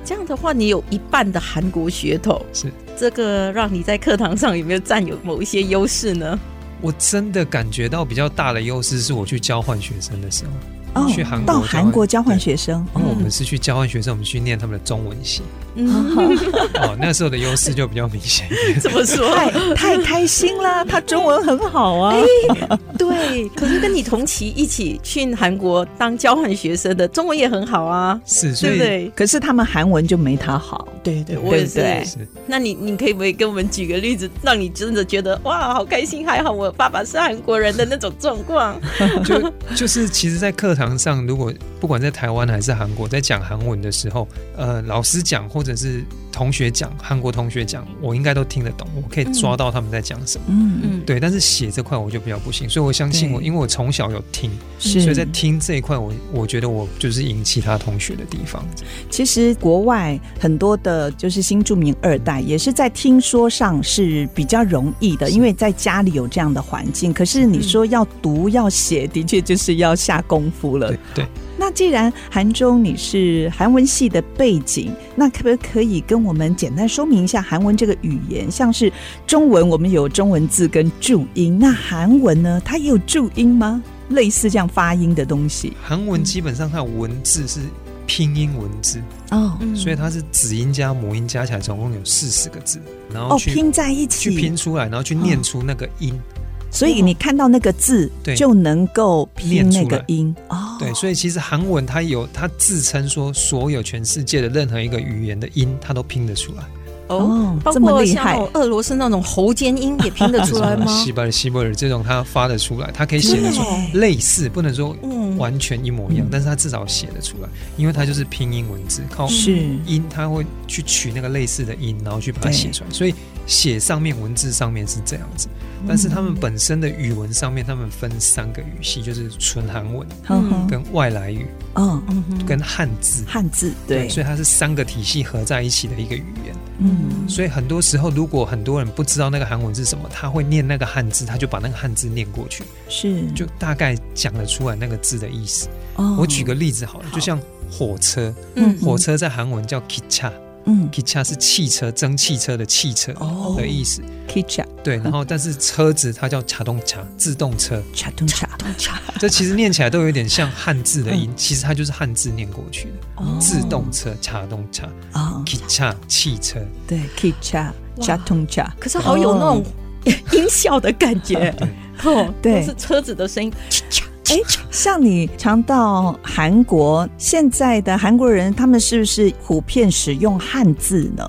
[SPEAKER 3] 这样的话，你有一半的韩国血统，
[SPEAKER 5] 是
[SPEAKER 3] 这个让你在课堂上有没有占有某一些优势
[SPEAKER 5] *laughs*
[SPEAKER 3] 呢？
[SPEAKER 5] 我真的感觉到比较大的优势是我去交换学生的时候，
[SPEAKER 2] 哦
[SPEAKER 5] 去韩国
[SPEAKER 2] 到
[SPEAKER 5] 交换
[SPEAKER 2] 韩国交换学生，
[SPEAKER 5] 因为
[SPEAKER 2] 哦
[SPEAKER 5] 我们是去交换学生，我们去念他们的中文系。
[SPEAKER 3] 嗯，
[SPEAKER 5] 哦，那时候的优势就比较明显
[SPEAKER 3] *laughs*
[SPEAKER 5] 一点。
[SPEAKER 3] 怎么说？
[SPEAKER 5] 哎
[SPEAKER 3] 哎
[SPEAKER 2] 太太开心啦！他中文很好啊，
[SPEAKER 3] 对，可是跟你同期一起去韩国当交换学生的，中文也很好啊。
[SPEAKER 5] 是，所以
[SPEAKER 3] 对
[SPEAKER 2] 可是他们韩文就没他好。
[SPEAKER 3] 对对，
[SPEAKER 2] 不
[SPEAKER 3] 我也是。
[SPEAKER 2] 对
[SPEAKER 5] 是
[SPEAKER 3] 那你你可以不可以跟我们举个例子，让你真的觉得哇，好开心，还好我爸爸是韩国人的那种状况？
[SPEAKER 5] 就就是，其实，在课堂上，如果不管在台湾还是韩国，在讲韩文的时候，呃，老师讲或者是同学讲，韩国同学讲，我应该都听得懂，我可以抓到他们在讲什么。
[SPEAKER 2] 嗯嗯，
[SPEAKER 3] 嗯，
[SPEAKER 5] 对，但是写这块我就比较不行，所以我相信我，
[SPEAKER 2] 对
[SPEAKER 5] 因为我从小有听，
[SPEAKER 2] 是。
[SPEAKER 5] 所以在听这一块我，我觉得我就是赢其他同学的地方。
[SPEAKER 2] 其实国外很多的，就是新住民二代，也是在听说上是比较容易的，因为在家里有这样的环境。可是
[SPEAKER 3] 嗯
[SPEAKER 2] 你说要读要写，的确就是要下功夫了
[SPEAKER 5] 对。对，
[SPEAKER 2] 那既然韩中你是韩文系的背景，那可不可以跟我们简单说明一下韩文这个语言？像是中文，我们有中文字跟注音，那韩文呢，它也有注音吗？类似这样发音的东西
[SPEAKER 5] 韩文基本上它的文字是拼音文字，
[SPEAKER 2] 哦
[SPEAKER 3] 嗯
[SPEAKER 5] 所以它是子音加母音加起来总共有四十个字，然后
[SPEAKER 2] 哦，
[SPEAKER 5] 去、
[SPEAKER 2] 拼在一起
[SPEAKER 5] 去拼出来，然后去念出那个音。
[SPEAKER 2] 所以你看到那个字，
[SPEAKER 5] 对
[SPEAKER 2] 就能够拼那
[SPEAKER 5] 念出
[SPEAKER 2] 个
[SPEAKER 5] 来
[SPEAKER 2] 音哦。
[SPEAKER 5] 对，所以其实韩文它有它自称说所有全世界的任何一个语言的音，它都拼得出来。
[SPEAKER 3] 哦。包
[SPEAKER 2] 这么
[SPEAKER 3] 括
[SPEAKER 2] 厉
[SPEAKER 3] 像那
[SPEAKER 2] 害
[SPEAKER 3] 种，俄罗斯那种喉尖音也拼得出来啊吗
[SPEAKER 5] 就 *laughs* ？是啊西伯尔、西伯尔这种，他发得出来，他可以写
[SPEAKER 3] 真的
[SPEAKER 5] 得出
[SPEAKER 3] 哦，
[SPEAKER 5] 类似，不能说
[SPEAKER 3] 嗯，
[SPEAKER 5] 完全一模一样，但是他至少写得出来，因为他就是拼音文字，靠
[SPEAKER 2] 是
[SPEAKER 5] 音他会去取那个类似的音，然后去把它
[SPEAKER 2] 对嗯
[SPEAKER 5] 写出来，所以写上面文字上面是这样子，但是他们本身的语文上面，他们分三个语系，就是纯韩文、
[SPEAKER 2] 哼哼
[SPEAKER 5] 跟外来语、
[SPEAKER 2] 嗯，
[SPEAKER 3] 嗯哼
[SPEAKER 5] 跟汉字。
[SPEAKER 2] 汉字对，
[SPEAKER 5] 所以它是三个体系合在一起的一个语言。
[SPEAKER 2] 嗯，
[SPEAKER 5] 所以很多时候，如果很多人不知道那个韩文是什么，他会念那个汉字，他就把那个汉字念过去，
[SPEAKER 2] 是
[SPEAKER 5] 就大概讲得出来那个字的意思。
[SPEAKER 2] 哦
[SPEAKER 5] 我举个例子好了，就像火车，
[SPEAKER 3] 嗯
[SPEAKER 5] 火车在韩文叫 kicha，kicha
[SPEAKER 2] 嗯
[SPEAKER 5] 是汽车，蒸汽车的汽车
[SPEAKER 2] 哦
[SPEAKER 5] 的意思。
[SPEAKER 2] ，kitcha
[SPEAKER 5] 对，然后但是车子它叫卡动卡，自
[SPEAKER 2] *laughs*
[SPEAKER 5] 动车，
[SPEAKER 2] cha t u n cha
[SPEAKER 5] 这其实念起来都有点像汉字的
[SPEAKER 2] 嗯
[SPEAKER 5] 音，其实它就是汉字念过去的。
[SPEAKER 2] 哦
[SPEAKER 5] 自动车卡动卡
[SPEAKER 2] 啊，
[SPEAKER 5] ，kicha 汽车。
[SPEAKER 2] 对，kitcha cha t u n *laughs* cha，
[SPEAKER 3] 可是好有那种音效的感觉，哦，
[SPEAKER 2] 对
[SPEAKER 3] 都是车子的声音，
[SPEAKER 2] 哎，像你常到韩国，现在的韩国人他们是不是普遍使用汉字呢？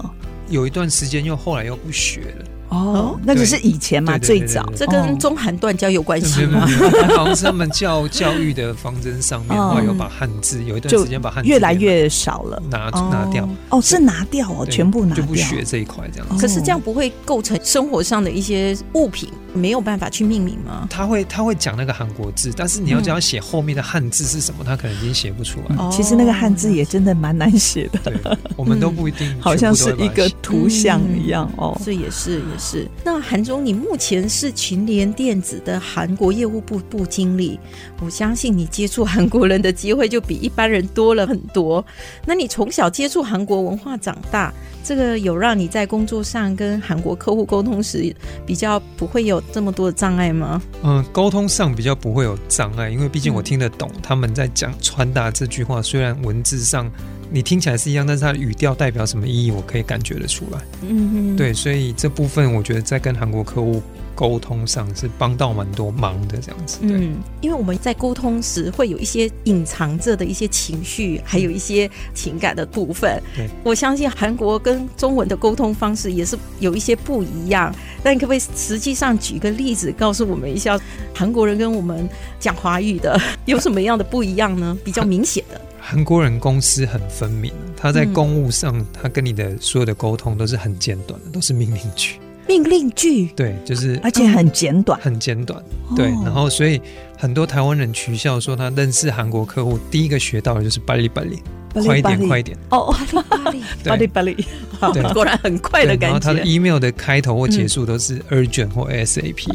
[SPEAKER 5] 有一段时间又后来又不学了。
[SPEAKER 2] 哦，那个是以前嘛，
[SPEAKER 5] 对对
[SPEAKER 2] 最
[SPEAKER 5] 对对
[SPEAKER 2] 早
[SPEAKER 5] 对
[SPEAKER 3] 这
[SPEAKER 2] 哦
[SPEAKER 3] 跟中韩断交有
[SPEAKER 2] 哎
[SPEAKER 3] 关系
[SPEAKER 5] 没有
[SPEAKER 3] 吗？
[SPEAKER 5] 没有没 *laughs* 有好像是他们教教育的方针上面，
[SPEAKER 2] 嗯
[SPEAKER 5] 后来有把汉字有一段
[SPEAKER 2] 就
[SPEAKER 5] 时间把汉字
[SPEAKER 2] 越来越少了。
[SPEAKER 5] 拿
[SPEAKER 3] 哦
[SPEAKER 5] 拿掉，
[SPEAKER 2] 哦，是拿掉哦，
[SPEAKER 5] 对
[SPEAKER 2] 全部拿
[SPEAKER 5] 就
[SPEAKER 2] 掉。
[SPEAKER 5] 不学这一块这样
[SPEAKER 2] 哦
[SPEAKER 5] 子。
[SPEAKER 3] 可是这样不会构成生活上的一些物品没有办法去命名吗？
[SPEAKER 5] 他会他会讲那个韩国字，但是你要叫他写后面的汉字是什么，他可能已经写不出来。
[SPEAKER 2] 嗯其实那个汉字也真的蛮难写的，
[SPEAKER 5] 对，我们哦都不一定，
[SPEAKER 2] *laughs* 好像是一个
[SPEAKER 5] 全部
[SPEAKER 2] 图像一样
[SPEAKER 5] 嗯
[SPEAKER 2] 哦。
[SPEAKER 3] 这也是也是。那韩总，你目前是群联电子的韩国业务部部经理，我相信你接触韩国人的机会就比一般人多了很多。那你从小接触韩国文化长大，这个有让你在工作上跟韩国客户沟通时比较不会有这么多的障碍吗？
[SPEAKER 5] 都会把它写嗯，沟通上比较不会有障碍，因为毕竟我
[SPEAKER 3] 嗯
[SPEAKER 5] 听得懂他们在讲传达这句话，虽然文字上你听起来是一样，但是它的语调代表什么意义，我可以感觉得出来。
[SPEAKER 3] 嗯，
[SPEAKER 5] 对，所以这部分我觉得在跟韩国客户沟通上是帮到蛮多忙的这样子。对，
[SPEAKER 3] 嗯，因为我们在沟通时会有一些隐藏着的一些情绪，还有一些情感的部分
[SPEAKER 5] 对。
[SPEAKER 3] 我相信韩国跟中文的沟通方式也是有一些不一样。那你可不可以实际上举个例子，告诉我们一下韩国人跟我们讲华语的有什么样的不一样呢？比较明显的，
[SPEAKER 5] 韩国人公私很分明，他在公务上，他跟你的所有的沟通都是很简短的，都是命令句。
[SPEAKER 3] 命令句
[SPEAKER 5] 对，就是
[SPEAKER 2] 而且很简短，
[SPEAKER 5] 很简短。对，
[SPEAKER 2] 哦
[SPEAKER 5] 然后所以很多台湾人取笑说他认识韩国客户，第一个学到的就是巴里巴里，快一点，快一点。
[SPEAKER 2] 哦，巴
[SPEAKER 5] 对
[SPEAKER 2] 里巴里，
[SPEAKER 5] 对。
[SPEAKER 3] *laughs* 果然很快
[SPEAKER 5] 对
[SPEAKER 3] 的
[SPEAKER 5] 然后
[SPEAKER 3] 感
[SPEAKER 5] 他的
[SPEAKER 3] 觉。
[SPEAKER 5] email 的开头或结束都是 urgent 或 SAP，、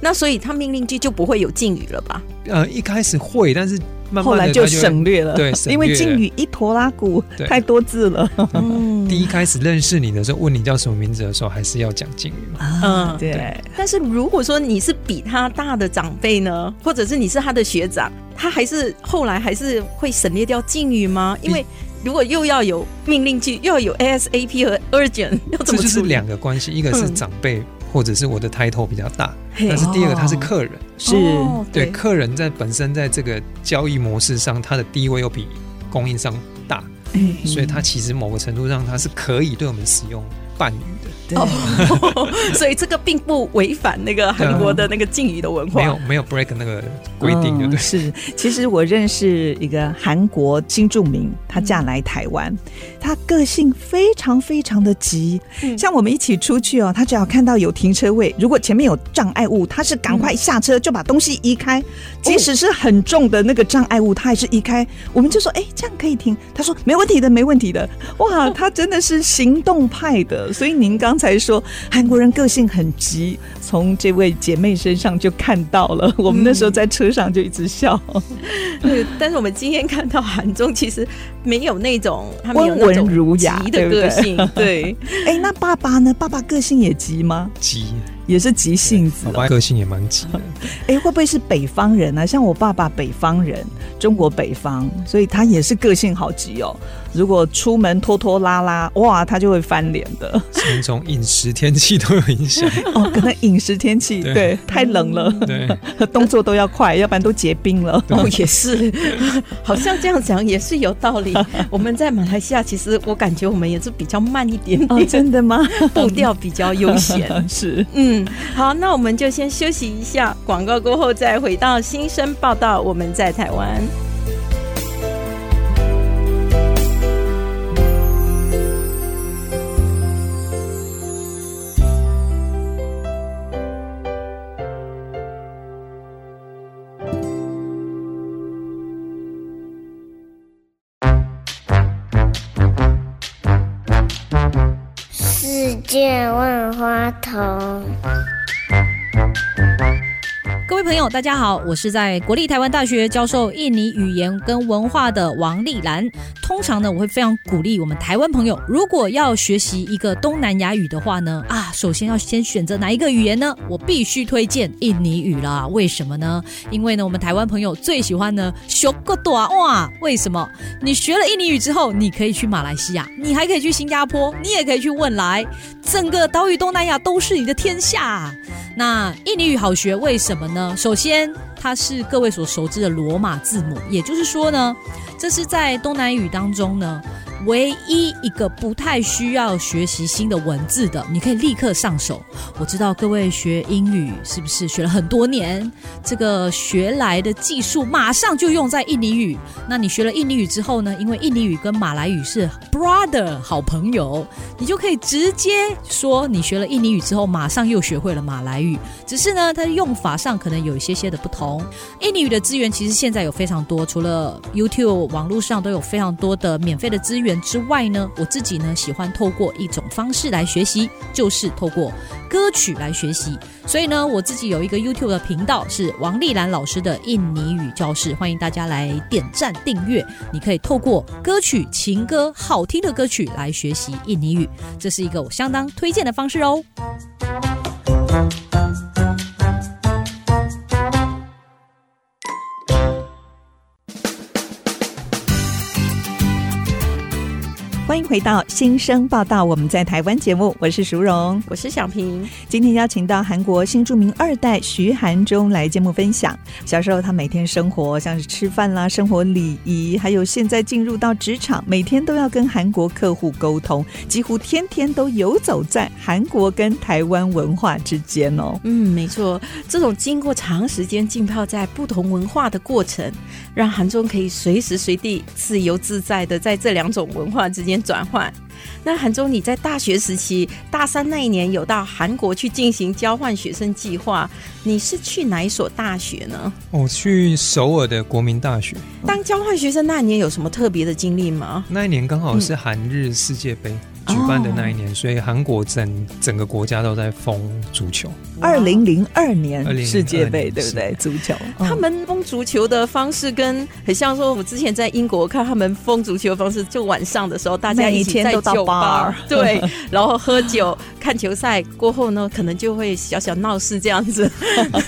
[SPEAKER 3] 那所以他命令句就不会有敬语了吧？
[SPEAKER 5] 呃，一开始会，但是慢慢的
[SPEAKER 2] 后来
[SPEAKER 5] 他
[SPEAKER 2] 就
[SPEAKER 5] 就会
[SPEAKER 2] 省略了，
[SPEAKER 5] 对省略
[SPEAKER 2] 因为敬语一拖拉鼓
[SPEAKER 5] 对
[SPEAKER 2] 太多字了。
[SPEAKER 3] 嗯
[SPEAKER 5] *laughs* 第一开始认识你的时候，问你叫什么名字的时候，还是要讲敬语嘛？
[SPEAKER 3] 嗯
[SPEAKER 2] 啊，对，
[SPEAKER 3] 但是如果说你是比他大的长辈呢，或者是你是他的学长，他还是后来还是会省略掉敬语吗？
[SPEAKER 5] 嗯
[SPEAKER 3] 因为如果又要有命令句，又要有 ASAP 和 urgent，要
[SPEAKER 5] 这
[SPEAKER 3] 怎么
[SPEAKER 5] 就是
[SPEAKER 3] 处理？
[SPEAKER 5] 两个关系，一个是长辈，或者是我的 title 比较大，
[SPEAKER 3] 嘿
[SPEAKER 5] 但是第二个
[SPEAKER 2] 哦
[SPEAKER 5] 他是客人，
[SPEAKER 2] 是
[SPEAKER 3] 哦
[SPEAKER 5] 对
[SPEAKER 3] 对，
[SPEAKER 5] 客人在本身在这个交易模式上，他的地位又比供应商大，所以他其实某个程度上他是可以对我们使用伴语的，
[SPEAKER 2] 对，
[SPEAKER 3] 所以这个并不违反那个韩国的那个敬语的文化。
[SPEAKER 5] 没有没有 break 那个规定，对
[SPEAKER 2] 嗯
[SPEAKER 5] 不对？
[SPEAKER 2] 是，其实我认识一个韩国新住民，她嫁来台湾，她个性非常非常的急。
[SPEAKER 3] 嗯
[SPEAKER 2] 像我们一起出去哦，她只要看到有停车位，如果前面有障碍物，她是赶快下车就把东西移开，即使是很重的那个障碍物，她还是移开。我们就说，哎，这样可以停。她说没问题的，没问题的。哇，她真的是行动派的。所以您刚才说韩国人个性很急，从这位姐妹身上就看到了。我们那时候在车上就一直笑，
[SPEAKER 3] 对，但是我们今天看到韩中其实没有那种他没有
[SPEAKER 2] 温
[SPEAKER 3] 那
[SPEAKER 2] 文
[SPEAKER 3] 种
[SPEAKER 2] 儒雅
[SPEAKER 3] 急
[SPEAKER 2] 对
[SPEAKER 3] 的
[SPEAKER 2] 不对
[SPEAKER 3] 个性，对
[SPEAKER 2] 哎，那爸爸呢？爸爸个性也急吗？
[SPEAKER 5] 急，
[SPEAKER 2] 也是急性子
[SPEAKER 5] 我
[SPEAKER 2] 哦。
[SPEAKER 5] 爸个性也蛮急的，
[SPEAKER 2] 哎，会不会是北方人呢、像我爸爸北方人，中国北方，所以他也是个性好急哦。如果出门拖拖拉拉，哇，他就会翻脸的。
[SPEAKER 5] 从种饮食、天气都有影响。
[SPEAKER 2] 哦， *laughs* 可能饮食天气
[SPEAKER 5] 对
[SPEAKER 2] 对太冷了，
[SPEAKER 5] 对，
[SPEAKER 2] 动作都要快，要不然都结冰了。
[SPEAKER 3] 哦， *laughs* 也是，好像这样讲也是有
[SPEAKER 2] *laughs*
[SPEAKER 3] 道理。我们在马来西亚，其实我感觉我们也是比较慢一点
[SPEAKER 2] *laughs* 哦，
[SPEAKER 3] 点，
[SPEAKER 2] 真的
[SPEAKER 5] *laughs*
[SPEAKER 2] 吗？
[SPEAKER 3] 步调比较悠闲。
[SPEAKER 2] *laughs* 是。
[SPEAKER 3] 嗯，好，那我们就先休息一下，广告过后再回到新生报道。我们在台湾。
[SPEAKER 6] 世界万花筒。
[SPEAKER 7] 各位朋友，大家好，我是在国立台湾大学教授印尼语言跟文化的王丽兰。通常呢，我会非常鼓励我们台湾朋友，如果要学习一个东南亚语的话呢，啊，首先要先选择哪一个语言呢？我必须推荐印尼语啦。为什么呢？因为呢，我们台湾朋友最喜欢呢学个短哇。为什么？你学了印尼语之后，你可以去马来西亚，你还可以去新加坡，你也可以去汶莱，整个岛屿东南亚都是你的天下。那印尼语好学，为什么呢？首先，它是各位所熟知的罗马字母，也就是说呢，这是在东南语当中呢唯一一个不太需要学习新的文字的，你可以立刻上手。我知道各位学英语是不是学了很多年，这个学来的技术马上就用在印尼语。那你学了印尼语之后呢，因为印尼语跟马来语是 brother 好朋友，你就可以直接说你学了印尼语之后，马上又学会了马来语。只是呢，它的用法上可能有一些些的不同。印尼语的资源其实现在有非常多，除了 YouTube 网络上都有非常多的免费的资源之外呢，我自己呢喜欢透过一种方式来学习，就是透过歌曲来学习。所以呢，我自己有一个 YouTube 的频道是王丽兰老师的印尼语教室，欢迎大家来点赞订阅。你可以透过歌曲、情歌、好听的歌曲来学习印尼语，这是一个我相当推荐的方式哦。
[SPEAKER 2] 欢迎回到新生报道，我们在台湾节目，我是淑荣。
[SPEAKER 3] 我是小平，
[SPEAKER 2] 今天邀请到韩国新著名二代徐韩中来节目分享。小时候他每天生活，像是吃饭啦、生活礼仪，还有现在进入到职场，每天都要跟韩国客户沟通，几乎天天都游走在韩国跟台湾文化之间哦。
[SPEAKER 3] 嗯，没错，这种经过长时间浸泡在不同文化的过程，让韩中可以随时随地自由自在的在这两种文化之间转换。那韩中，你在大学时期大三那一年有到韩国去进行交换学生计划，你是去哪一所大学呢？
[SPEAKER 5] 我去首尔的国民大学，
[SPEAKER 3] 当交换学生那一年有什么特别的经历吗？
[SPEAKER 5] 那一年刚好是韩日世界杯举办的那一年，所以韩国整整个国家都在疯足球。
[SPEAKER 2] 二零零二年
[SPEAKER 5] 2002
[SPEAKER 2] 世界杯，
[SPEAKER 5] 年
[SPEAKER 2] 对不对？足球，
[SPEAKER 3] 他们封足球的方式跟很像说，我之前在英国看他们封足球的方式，就晚上的时候大家
[SPEAKER 2] 每
[SPEAKER 3] 一起
[SPEAKER 2] 天
[SPEAKER 3] 在
[SPEAKER 2] 都到
[SPEAKER 3] 酒吧
[SPEAKER 2] bar
[SPEAKER 3] 对， *laughs* 然后喝酒看球赛过后呢，可能就会小小闹事这样子。 *laughs*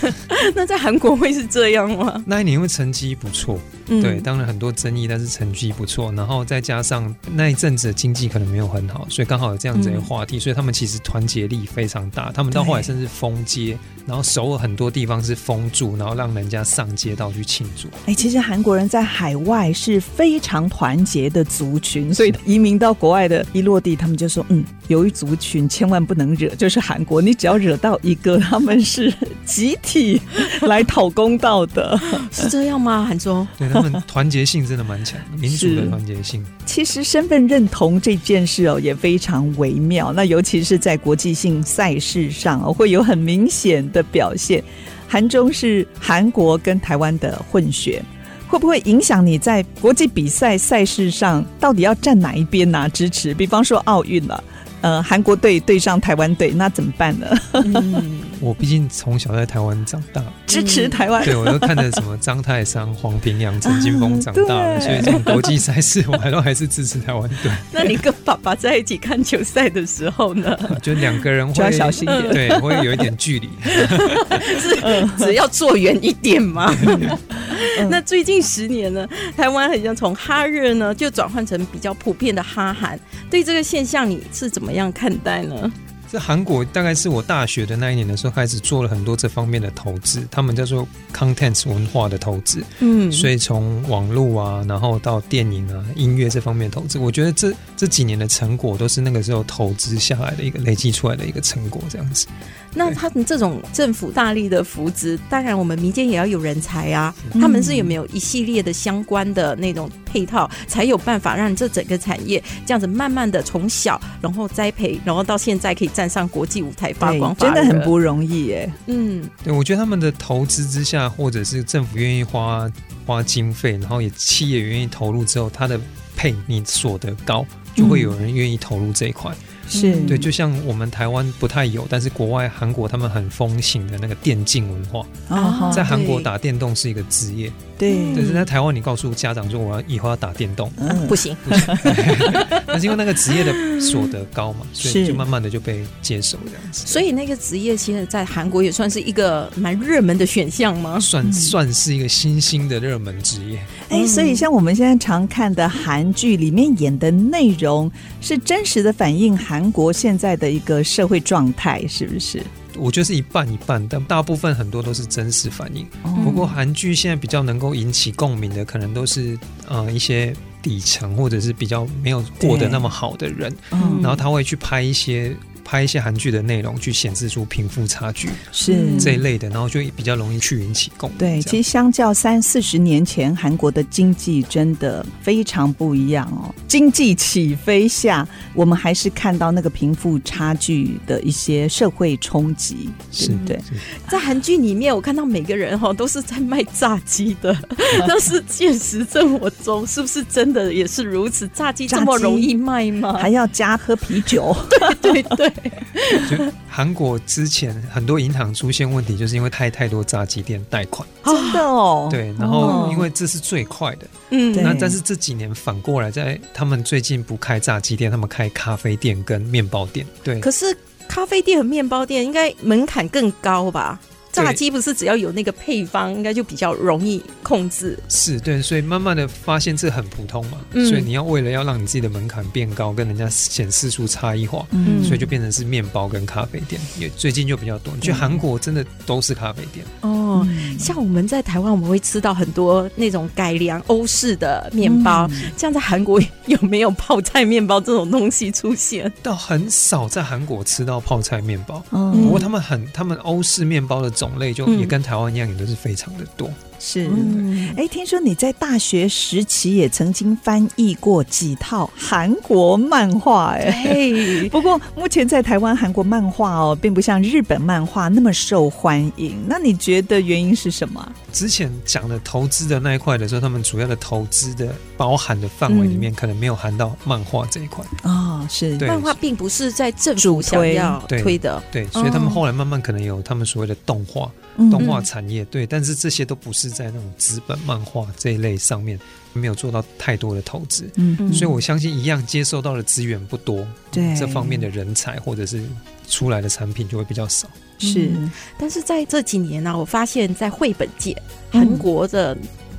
[SPEAKER 3] 那在韩国会是这样吗？
[SPEAKER 5] 那一年因为成绩不错，
[SPEAKER 3] 嗯
[SPEAKER 5] 对，当然很多争议，但是成绩不错。然后再加上那一阵子的经济可能没有很好，所以刚好有这样子的话题，所以他们其实团结力非常大。他们到后来甚至封街，然后首尔很多地方是封住，然后让人家上街道去庆祝。
[SPEAKER 2] 哎，其实韩国人在海外是非常团结的族群，所以移民到国外的一落地，他们就说：“嗯，由于族群千万不能惹，就是韩国，你只要惹到一个，他们是集体来讨公道的。
[SPEAKER 3] 是这样吗？韩中，
[SPEAKER 5] 对他们团结性真的蛮强，民族
[SPEAKER 2] 是
[SPEAKER 5] 的团结性。”
[SPEAKER 2] *laughs* 其实身份认同这件事哦也非常微妙，那尤其是在国际性赛事上哦，会有很明显的表现。韩中是韩国跟台湾的混血，会不会影响你在国际比赛赛事上到底要站哪一边呢、支持，比方说奥运了，呃，韩国队对上台湾队，那怎么办呢？
[SPEAKER 3] 嗯，
[SPEAKER 5] 我毕竟从小在台湾长大，
[SPEAKER 2] 支持台湾。
[SPEAKER 5] *laughs* 对我都看着什么张泰山、黄平洋、陈金峰长大
[SPEAKER 2] 啊
[SPEAKER 5] 的，
[SPEAKER 2] 对
[SPEAKER 5] 所以这种国际赛事我还都还是支持台湾队。
[SPEAKER 3] *laughs* 那你跟爸爸在一起看球赛的时候呢，
[SPEAKER 5] 就两个人
[SPEAKER 2] *laughs* 就要
[SPEAKER 5] 会
[SPEAKER 2] 小心一点
[SPEAKER 5] 对，会有一点距离。
[SPEAKER 3] 只要坐远一点
[SPEAKER 5] *laughs*
[SPEAKER 3] 嘛。
[SPEAKER 2] 嗯
[SPEAKER 3] *laughs* 那最近十年呢，台湾好像从哈日呢就转换成比较普遍的哈韩，对这个现象你是怎么样看待呢？
[SPEAKER 5] 这韩国大概是我大学的那一年的时候开始做了很多这方面的投资，他们叫做 content 文化的投资，
[SPEAKER 3] 嗯
[SPEAKER 5] 所以从网络啊，然后到电影啊、音乐这方面的投资，我觉得这这几年的成果都是那个时候投资下来的一个累积出来的一个成果，这样子。
[SPEAKER 3] 那他们这种政府大力的扶植，当然我们民间也要有人才啊。
[SPEAKER 2] 嗯
[SPEAKER 3] 他们是有没有一系列的相关的那种配套，才有办法让这整个产业这样子慢慢的从小，然后栽培，然后到现在可以站上国际舞台发光
[SPEAKER 2] 对，真
[SPEAKER 3] 发热
[SPEAKER 2] 的很不容易耶。
[SPEAKER 3] 嗯
[SPEAKER 5] 对，我觉得他们的投资之下，或者是政府愿意花花经费，然后也企业愿意投入之后，它的配你所得高，就
[SPEAKER 3] 嗯
[SPEAKER 5] 会有人愿意投入这一块。
[SPEAKER 2] 是
[SPEAKER 5] 对，就像我们台湾不太有，但是国外韩国他们很风行的那个电竞文化，
[SPEAKER 2] 啊，
[SPEAKER 5] 在韩国
[SPEAKER 3] 哦对嗯
[SPEAKER 5] 打电动是一个职业，
[SPEAKER 2] 对，
[SPEAKER 5] 但是在台湾你告诉家长说我要以后要打电动，
[SPEAKER 2] 嗯
[SPEAKER 3] 不行，
[SPEAKER 5] 但是因为那个职业的所得高嘛，所以
[SPEAKER 2] 是
[SPEAKER 5] 就慢慢的就被接受这样子，
[SPEAKER 3] 所以那个职业现在在韩国也算是一个蛮热门的选项吗？
[SPEAKER 5] 算算是一个新兴的热门职业。
[SPEAKER 2] 哎，所
[SPEAKER 5] 嗯
[SPEAKER 2] 以像我们现在常看的韩剧里面演的内容，是真实的反映韩国现在的一个社会状态，是不是？
[SPEAKER 5] 我觉得是一半一半，但大部分很多都是真实反应。
[SPEAKER 2] 哦
[SPEAKER 5] 不过韩剧现在比较能够引起共鸣的，可能都是呃一些底层或者是比较没有过得那么好的人，
[SPEAKER 2] 嗯，
[SPEAKER 5] 然后他会去拍一些拍一些韩剧的内容，去显示出贫富差距
[SPEAKER 2] 是
[SPEAKER 5] 这一类的，然后就比较容易去引起共鸣。
[SPEAKER 2] 嗯对，
[SPEAKER 5] 这
[SPEAKER 2] 其
[SPEAKER 5] 样
[SPEAKER 2] 实相较三四十年前，韩国的经济真的非常不一样哦。经济起飞下，我们还是看到那个贫富差距的一些社会冲击，
[SPEAKER 5] 是
[SPEAKER 2] 对不对？
[SPEAKER 5] 是
[SPEAKER 3] *laughs* 在韩剧里面，我看到每个人哈都是在卖炸鸡 *laughs* 的，但是现实生活中是不是真的也是如此？炸鸡这么容易卖吗？
[SPEAKER 2] 还要加喝啤酒，
[SPEAKER 3] 对对，
[SPEAKER 5] 就韩国之前很多银行出现问题，就是因为太太多炸鸡店贷款，
[SPEAKER 7] 啊
[SPEAKER 2] 真的哦。
[SPEAKER 5] 对，然后
[SPEAKER 2] 哦
[SPEAKER 5] 因为这是最快的，
[SPEAKER 3] 嗯
[SPEAKER 2] 对
[SPEAKER 5] 那但是这几年反过来，在他们最近不开炸鸡店，他们开咖啡店跟面包店。对，
[SPEAKER 3] 可是咖啡店和面包店应该门槛更高吧？
[SPEAKER 5] 对
[SPEAKER 3] 炸鸡不是只要有那个配方，应该就比较容易控制。
[SPEAKER 5] 是对，所以慢慢的发现这很普通嘛，
[SPEAKER 3] 嗯
[SPEAKER 5] 所以你要为了要让你自己的门槛变高，跟人家显示出差异化，
[SPEAKER 2] 嗯
[SPEAKER 5] 所以就变成是面包跟咖啡店，也最近就比较多。你去韩国真的都是咖啡店，
[SPEAKER 2] 嗯
[SPEAKER 3] 哦，像我们在台湾，我们会吃到很多那种改良欧式的面包，像在韩国有没有泡菜面包这种东西出现？
[SPEAKER 5] 倒很少在韩国吃到泡菜面包。
[SPEAKER 2] 嗯
[SPEAKER 5] 不过他们很，他们欧式面包的种类就也跟台湾一样，也都是非常的多。
[SPEAKER 2] 是。
[SPEAKER 3] 嗯，
[SPEAKER 2] 哎，听说你在大学时期也曾经翻译过几套韩国漫画，哎，
[SPEAKER 3] 哎，
[SPEAKER 2] 不过，目前在台湾韩国漫画哦，并不像日本漫画那么受欢迎。那你觉得原因是什么啊？
[SPEAKER 5] 之前讲的投资的那一块的时候，他们主要的投资的包含的范围里面，可能没有含到漫画这一块。
[SPEAKER 2] 哦，是
[SPEAKER 5] 对
[SPEAKER 3] 嗯漫画并不是在政府
[SPEAKER 2] 主
[SPEAKER 3] 想
[SPEAKER 2] 推
[SPEAKER 3] 要
[SPEAKER 5] 对
[SPEAKER 3] 推的，哦
[SPEAKER 5] 对，所以他们后来慢慢可能有他们所谓的动画、
[SPEAKER 2] 嗯
[SPEAKER 5] 动画产业，对，但是这些都不是在那种纸本漫画这一类上面没有做到太多的投资，
[SPEAKER 2] 嗯嗯
[SPEAKER 5] 所以我相信一样接受到的资源不多，
[SPEAKER 2] 对
[SPEAKER 5] 这方面的人才或者是出来的产品就会比较少。
[SPEAKER 2] 是
[SPEAKER 3] 嗯但是在这几年呢、我发现，在绘本界，韩国的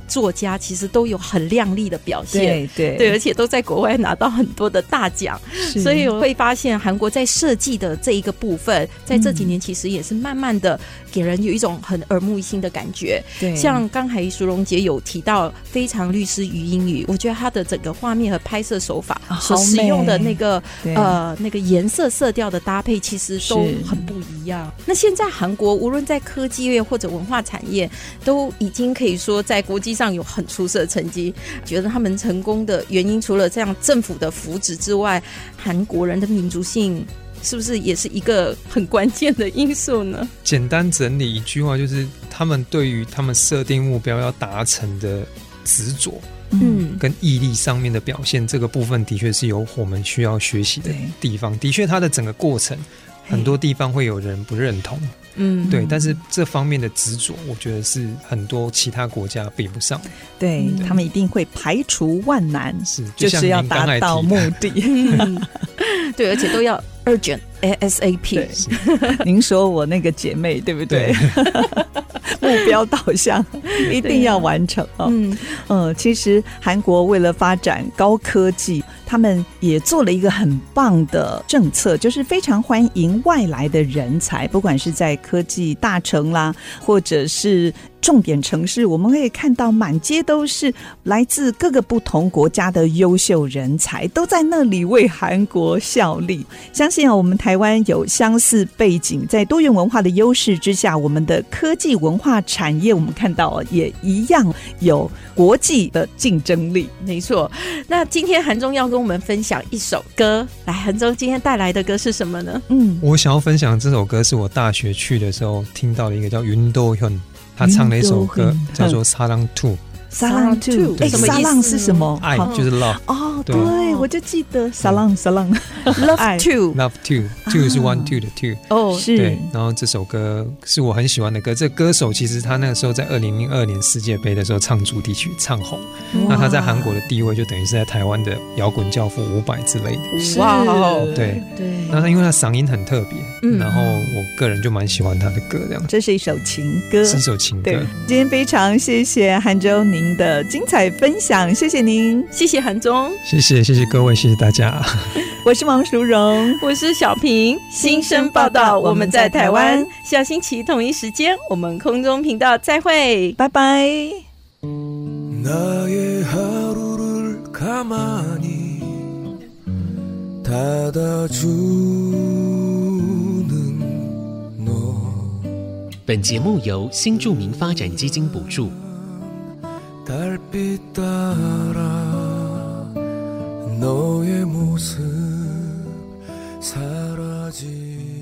[SPEAKER 3] 作家其实都有很亮丽的表现。
[SPEAKER 2] 对对
[SPEAKER 3] 对，而且都在国外拿到很多的大奖，
[SPEAKER 2] 对
[SPEAKER 3] 所以我会发现韩国在设计的这一个部分，在这几年其实也是慢慢的给人有一种很耳目一新的感觉。
[SPEAKER 2] 对
[SPEAKER 3] 像刚才淑荣姐有提到《非常律师于英语》，我觉得它的整个画面和拍摄手法
[SPEAKER 2] 啊
[SPEAKER 3] 所
[SPEAKER 2] 好
[SPEAKER 3] 使用的
[SPEAKER 2] 美
[SPEAKER 3] 那个
[SPEAKER 2] 对
[SPEAKER 3] 呃那个颜色色调的搭配，其实都
[SPEAKER 2] 是
[SPEAKER 3] 很不一样。那现在韩国无论在科技业或者文化产业，都已经可以说在国际上有很出色的成绩。觉得他们成功的原因，除了这样政府的扶植之外，韩国人的民族性。是不是也是一个很关键的因素呢？
[SPEAKER 5] 简单整理一句话，就是他们对于他们设定目标要达成的执着，
[SPEAKER 3] 嗯，
[SPEAKER 5] 跟毅力上面的表现，这个部分的确是有我们需要学习的地方。的确，它的整个过程很多地方会有人不认同，
[SPEAKER 3] 嗯，
[SPEAKER 5] 对，但是这方面的执着，我觉得是很多其他国家比不上的，
[SPEAKER 2] 对
[SPEAKER 3] 嗯
[SPEAKER 2] 他们一定会排除万难，
[SPEAKER 5] 是
[SPEAKER 2] 就
[SPEAKER 5] 像
[SPEAKER 2] 是要
[SPEAKER 5] 您刚
[SPEAKER 2] 达
[SPEAKER 5] 才
[SPEAKER 2] 到
[SPEAKER 5] 提
[SPEAKER 2] 目
[SPEAKER 5] 的
[SPEAKER 2] 的。 *laughs*
[SPEAKER 3] 嗯对，而且都要 urgent ASAP，
[SPEAKER 2] 对，您说我那个姐妹对不对？ *laughs* 目标导向一定要完成哦。
[SPEAKER 3] 嗯
[SPEAKER 2] 呃，其实韩国为了发展高科技，他们也做了一个很棒的政策，就是非常欢迎外来的人才，不管是在科技大城啦，或者是。重点城市，我们可以看到满街都是来自各个不同国家的优秀人才，都在那里为韩国效力。相信啊，我们台湾有相似背景，在多元文化的优势之下，我们的科技文化产业，我们看到哦也一样有国际的竞争力。
[SPEAKER 3] 没错。那今天韩中要跟我们分享一首歌，来，韩中今天带来的歌是什么呢？
[SPEAKER 2] 嗯，
[SPEAKER 5] *laughs* 我想要分享这首歌是我大学去的时候听到的一个叫云豆현다唱了一首歌
[SPEAKER 2] 云斗嗯 hyun
[SPEAKER 5] 叫做《사랑 Two
[SPEAKER 2] 沙浪 two，
[SPEAKER 3] 对
[SPEAKER 2] 哎，
[SPEAKER 3] 什么意
[SPEAKER 2] 沙
[SPEAKER 3] 思
[SPEAKER 2] 浪是什么？》，
[SPEAKER 5] 爱
[SPEAKER 2] 好嗯
[SPEAKER 5] 就是 love，
[SPEAKER 2] 哦，
[SPEAKER 5] 对
[SPEAKER 2] 对，我就记得沙浪沙浪爱
[SPEAKER 3] Love to
[SPEAKER 5] love two，two 是 one two 的 two。
[SPEAKER 3] 哦，
[SPEAKER 2] 是
[SPEAKER 5] 对，然后这首歌是我很喜欢的歌。这歌手其实他那个时候在二零零二年世界杯的时候唱主题曲唱红，那他在韩国的地位就等于是在台湾的摇滚教父伍佰之类的。
[SPEAKER 2] 是
[SPEAKER 3] 哇哦，
[SPEAKER 5] 对，
[SPEAKER 3] 对
[SPEAKER 5] 那他因为他嗓音很特别，
[SPEAKER 3] 嗯
[SPEAKER 5] 然后我个人就蛮喜欢他的歌，这样
[SPEAKER 2] 这是一首情歌。
[SPEAKER 5] 是一首情歌
[SPEAKER 2] 对。，今天非常谢谢韩州您的精彩分享，谢谢您，
[SPEAKER 3] 谢谢韩中，
[SPEAKER 5] 谢谢谢谢各位，谢谢大家。
[SPEAKER 2] 我是王淑荣。
[SPEAKER 3] 我是小平，新生报道，我们在台湾，下星期同一时间，我们空中频道再会。
[SPEAKER 2] 拜拜。
[SPEAKER 4] 나의 하루를 가만히 닫아주는 너
[SPEAKER 8] 本节目由新著名发展基金补助。
[SPEAKER 4] 달빛 따라 너의 모습 사라지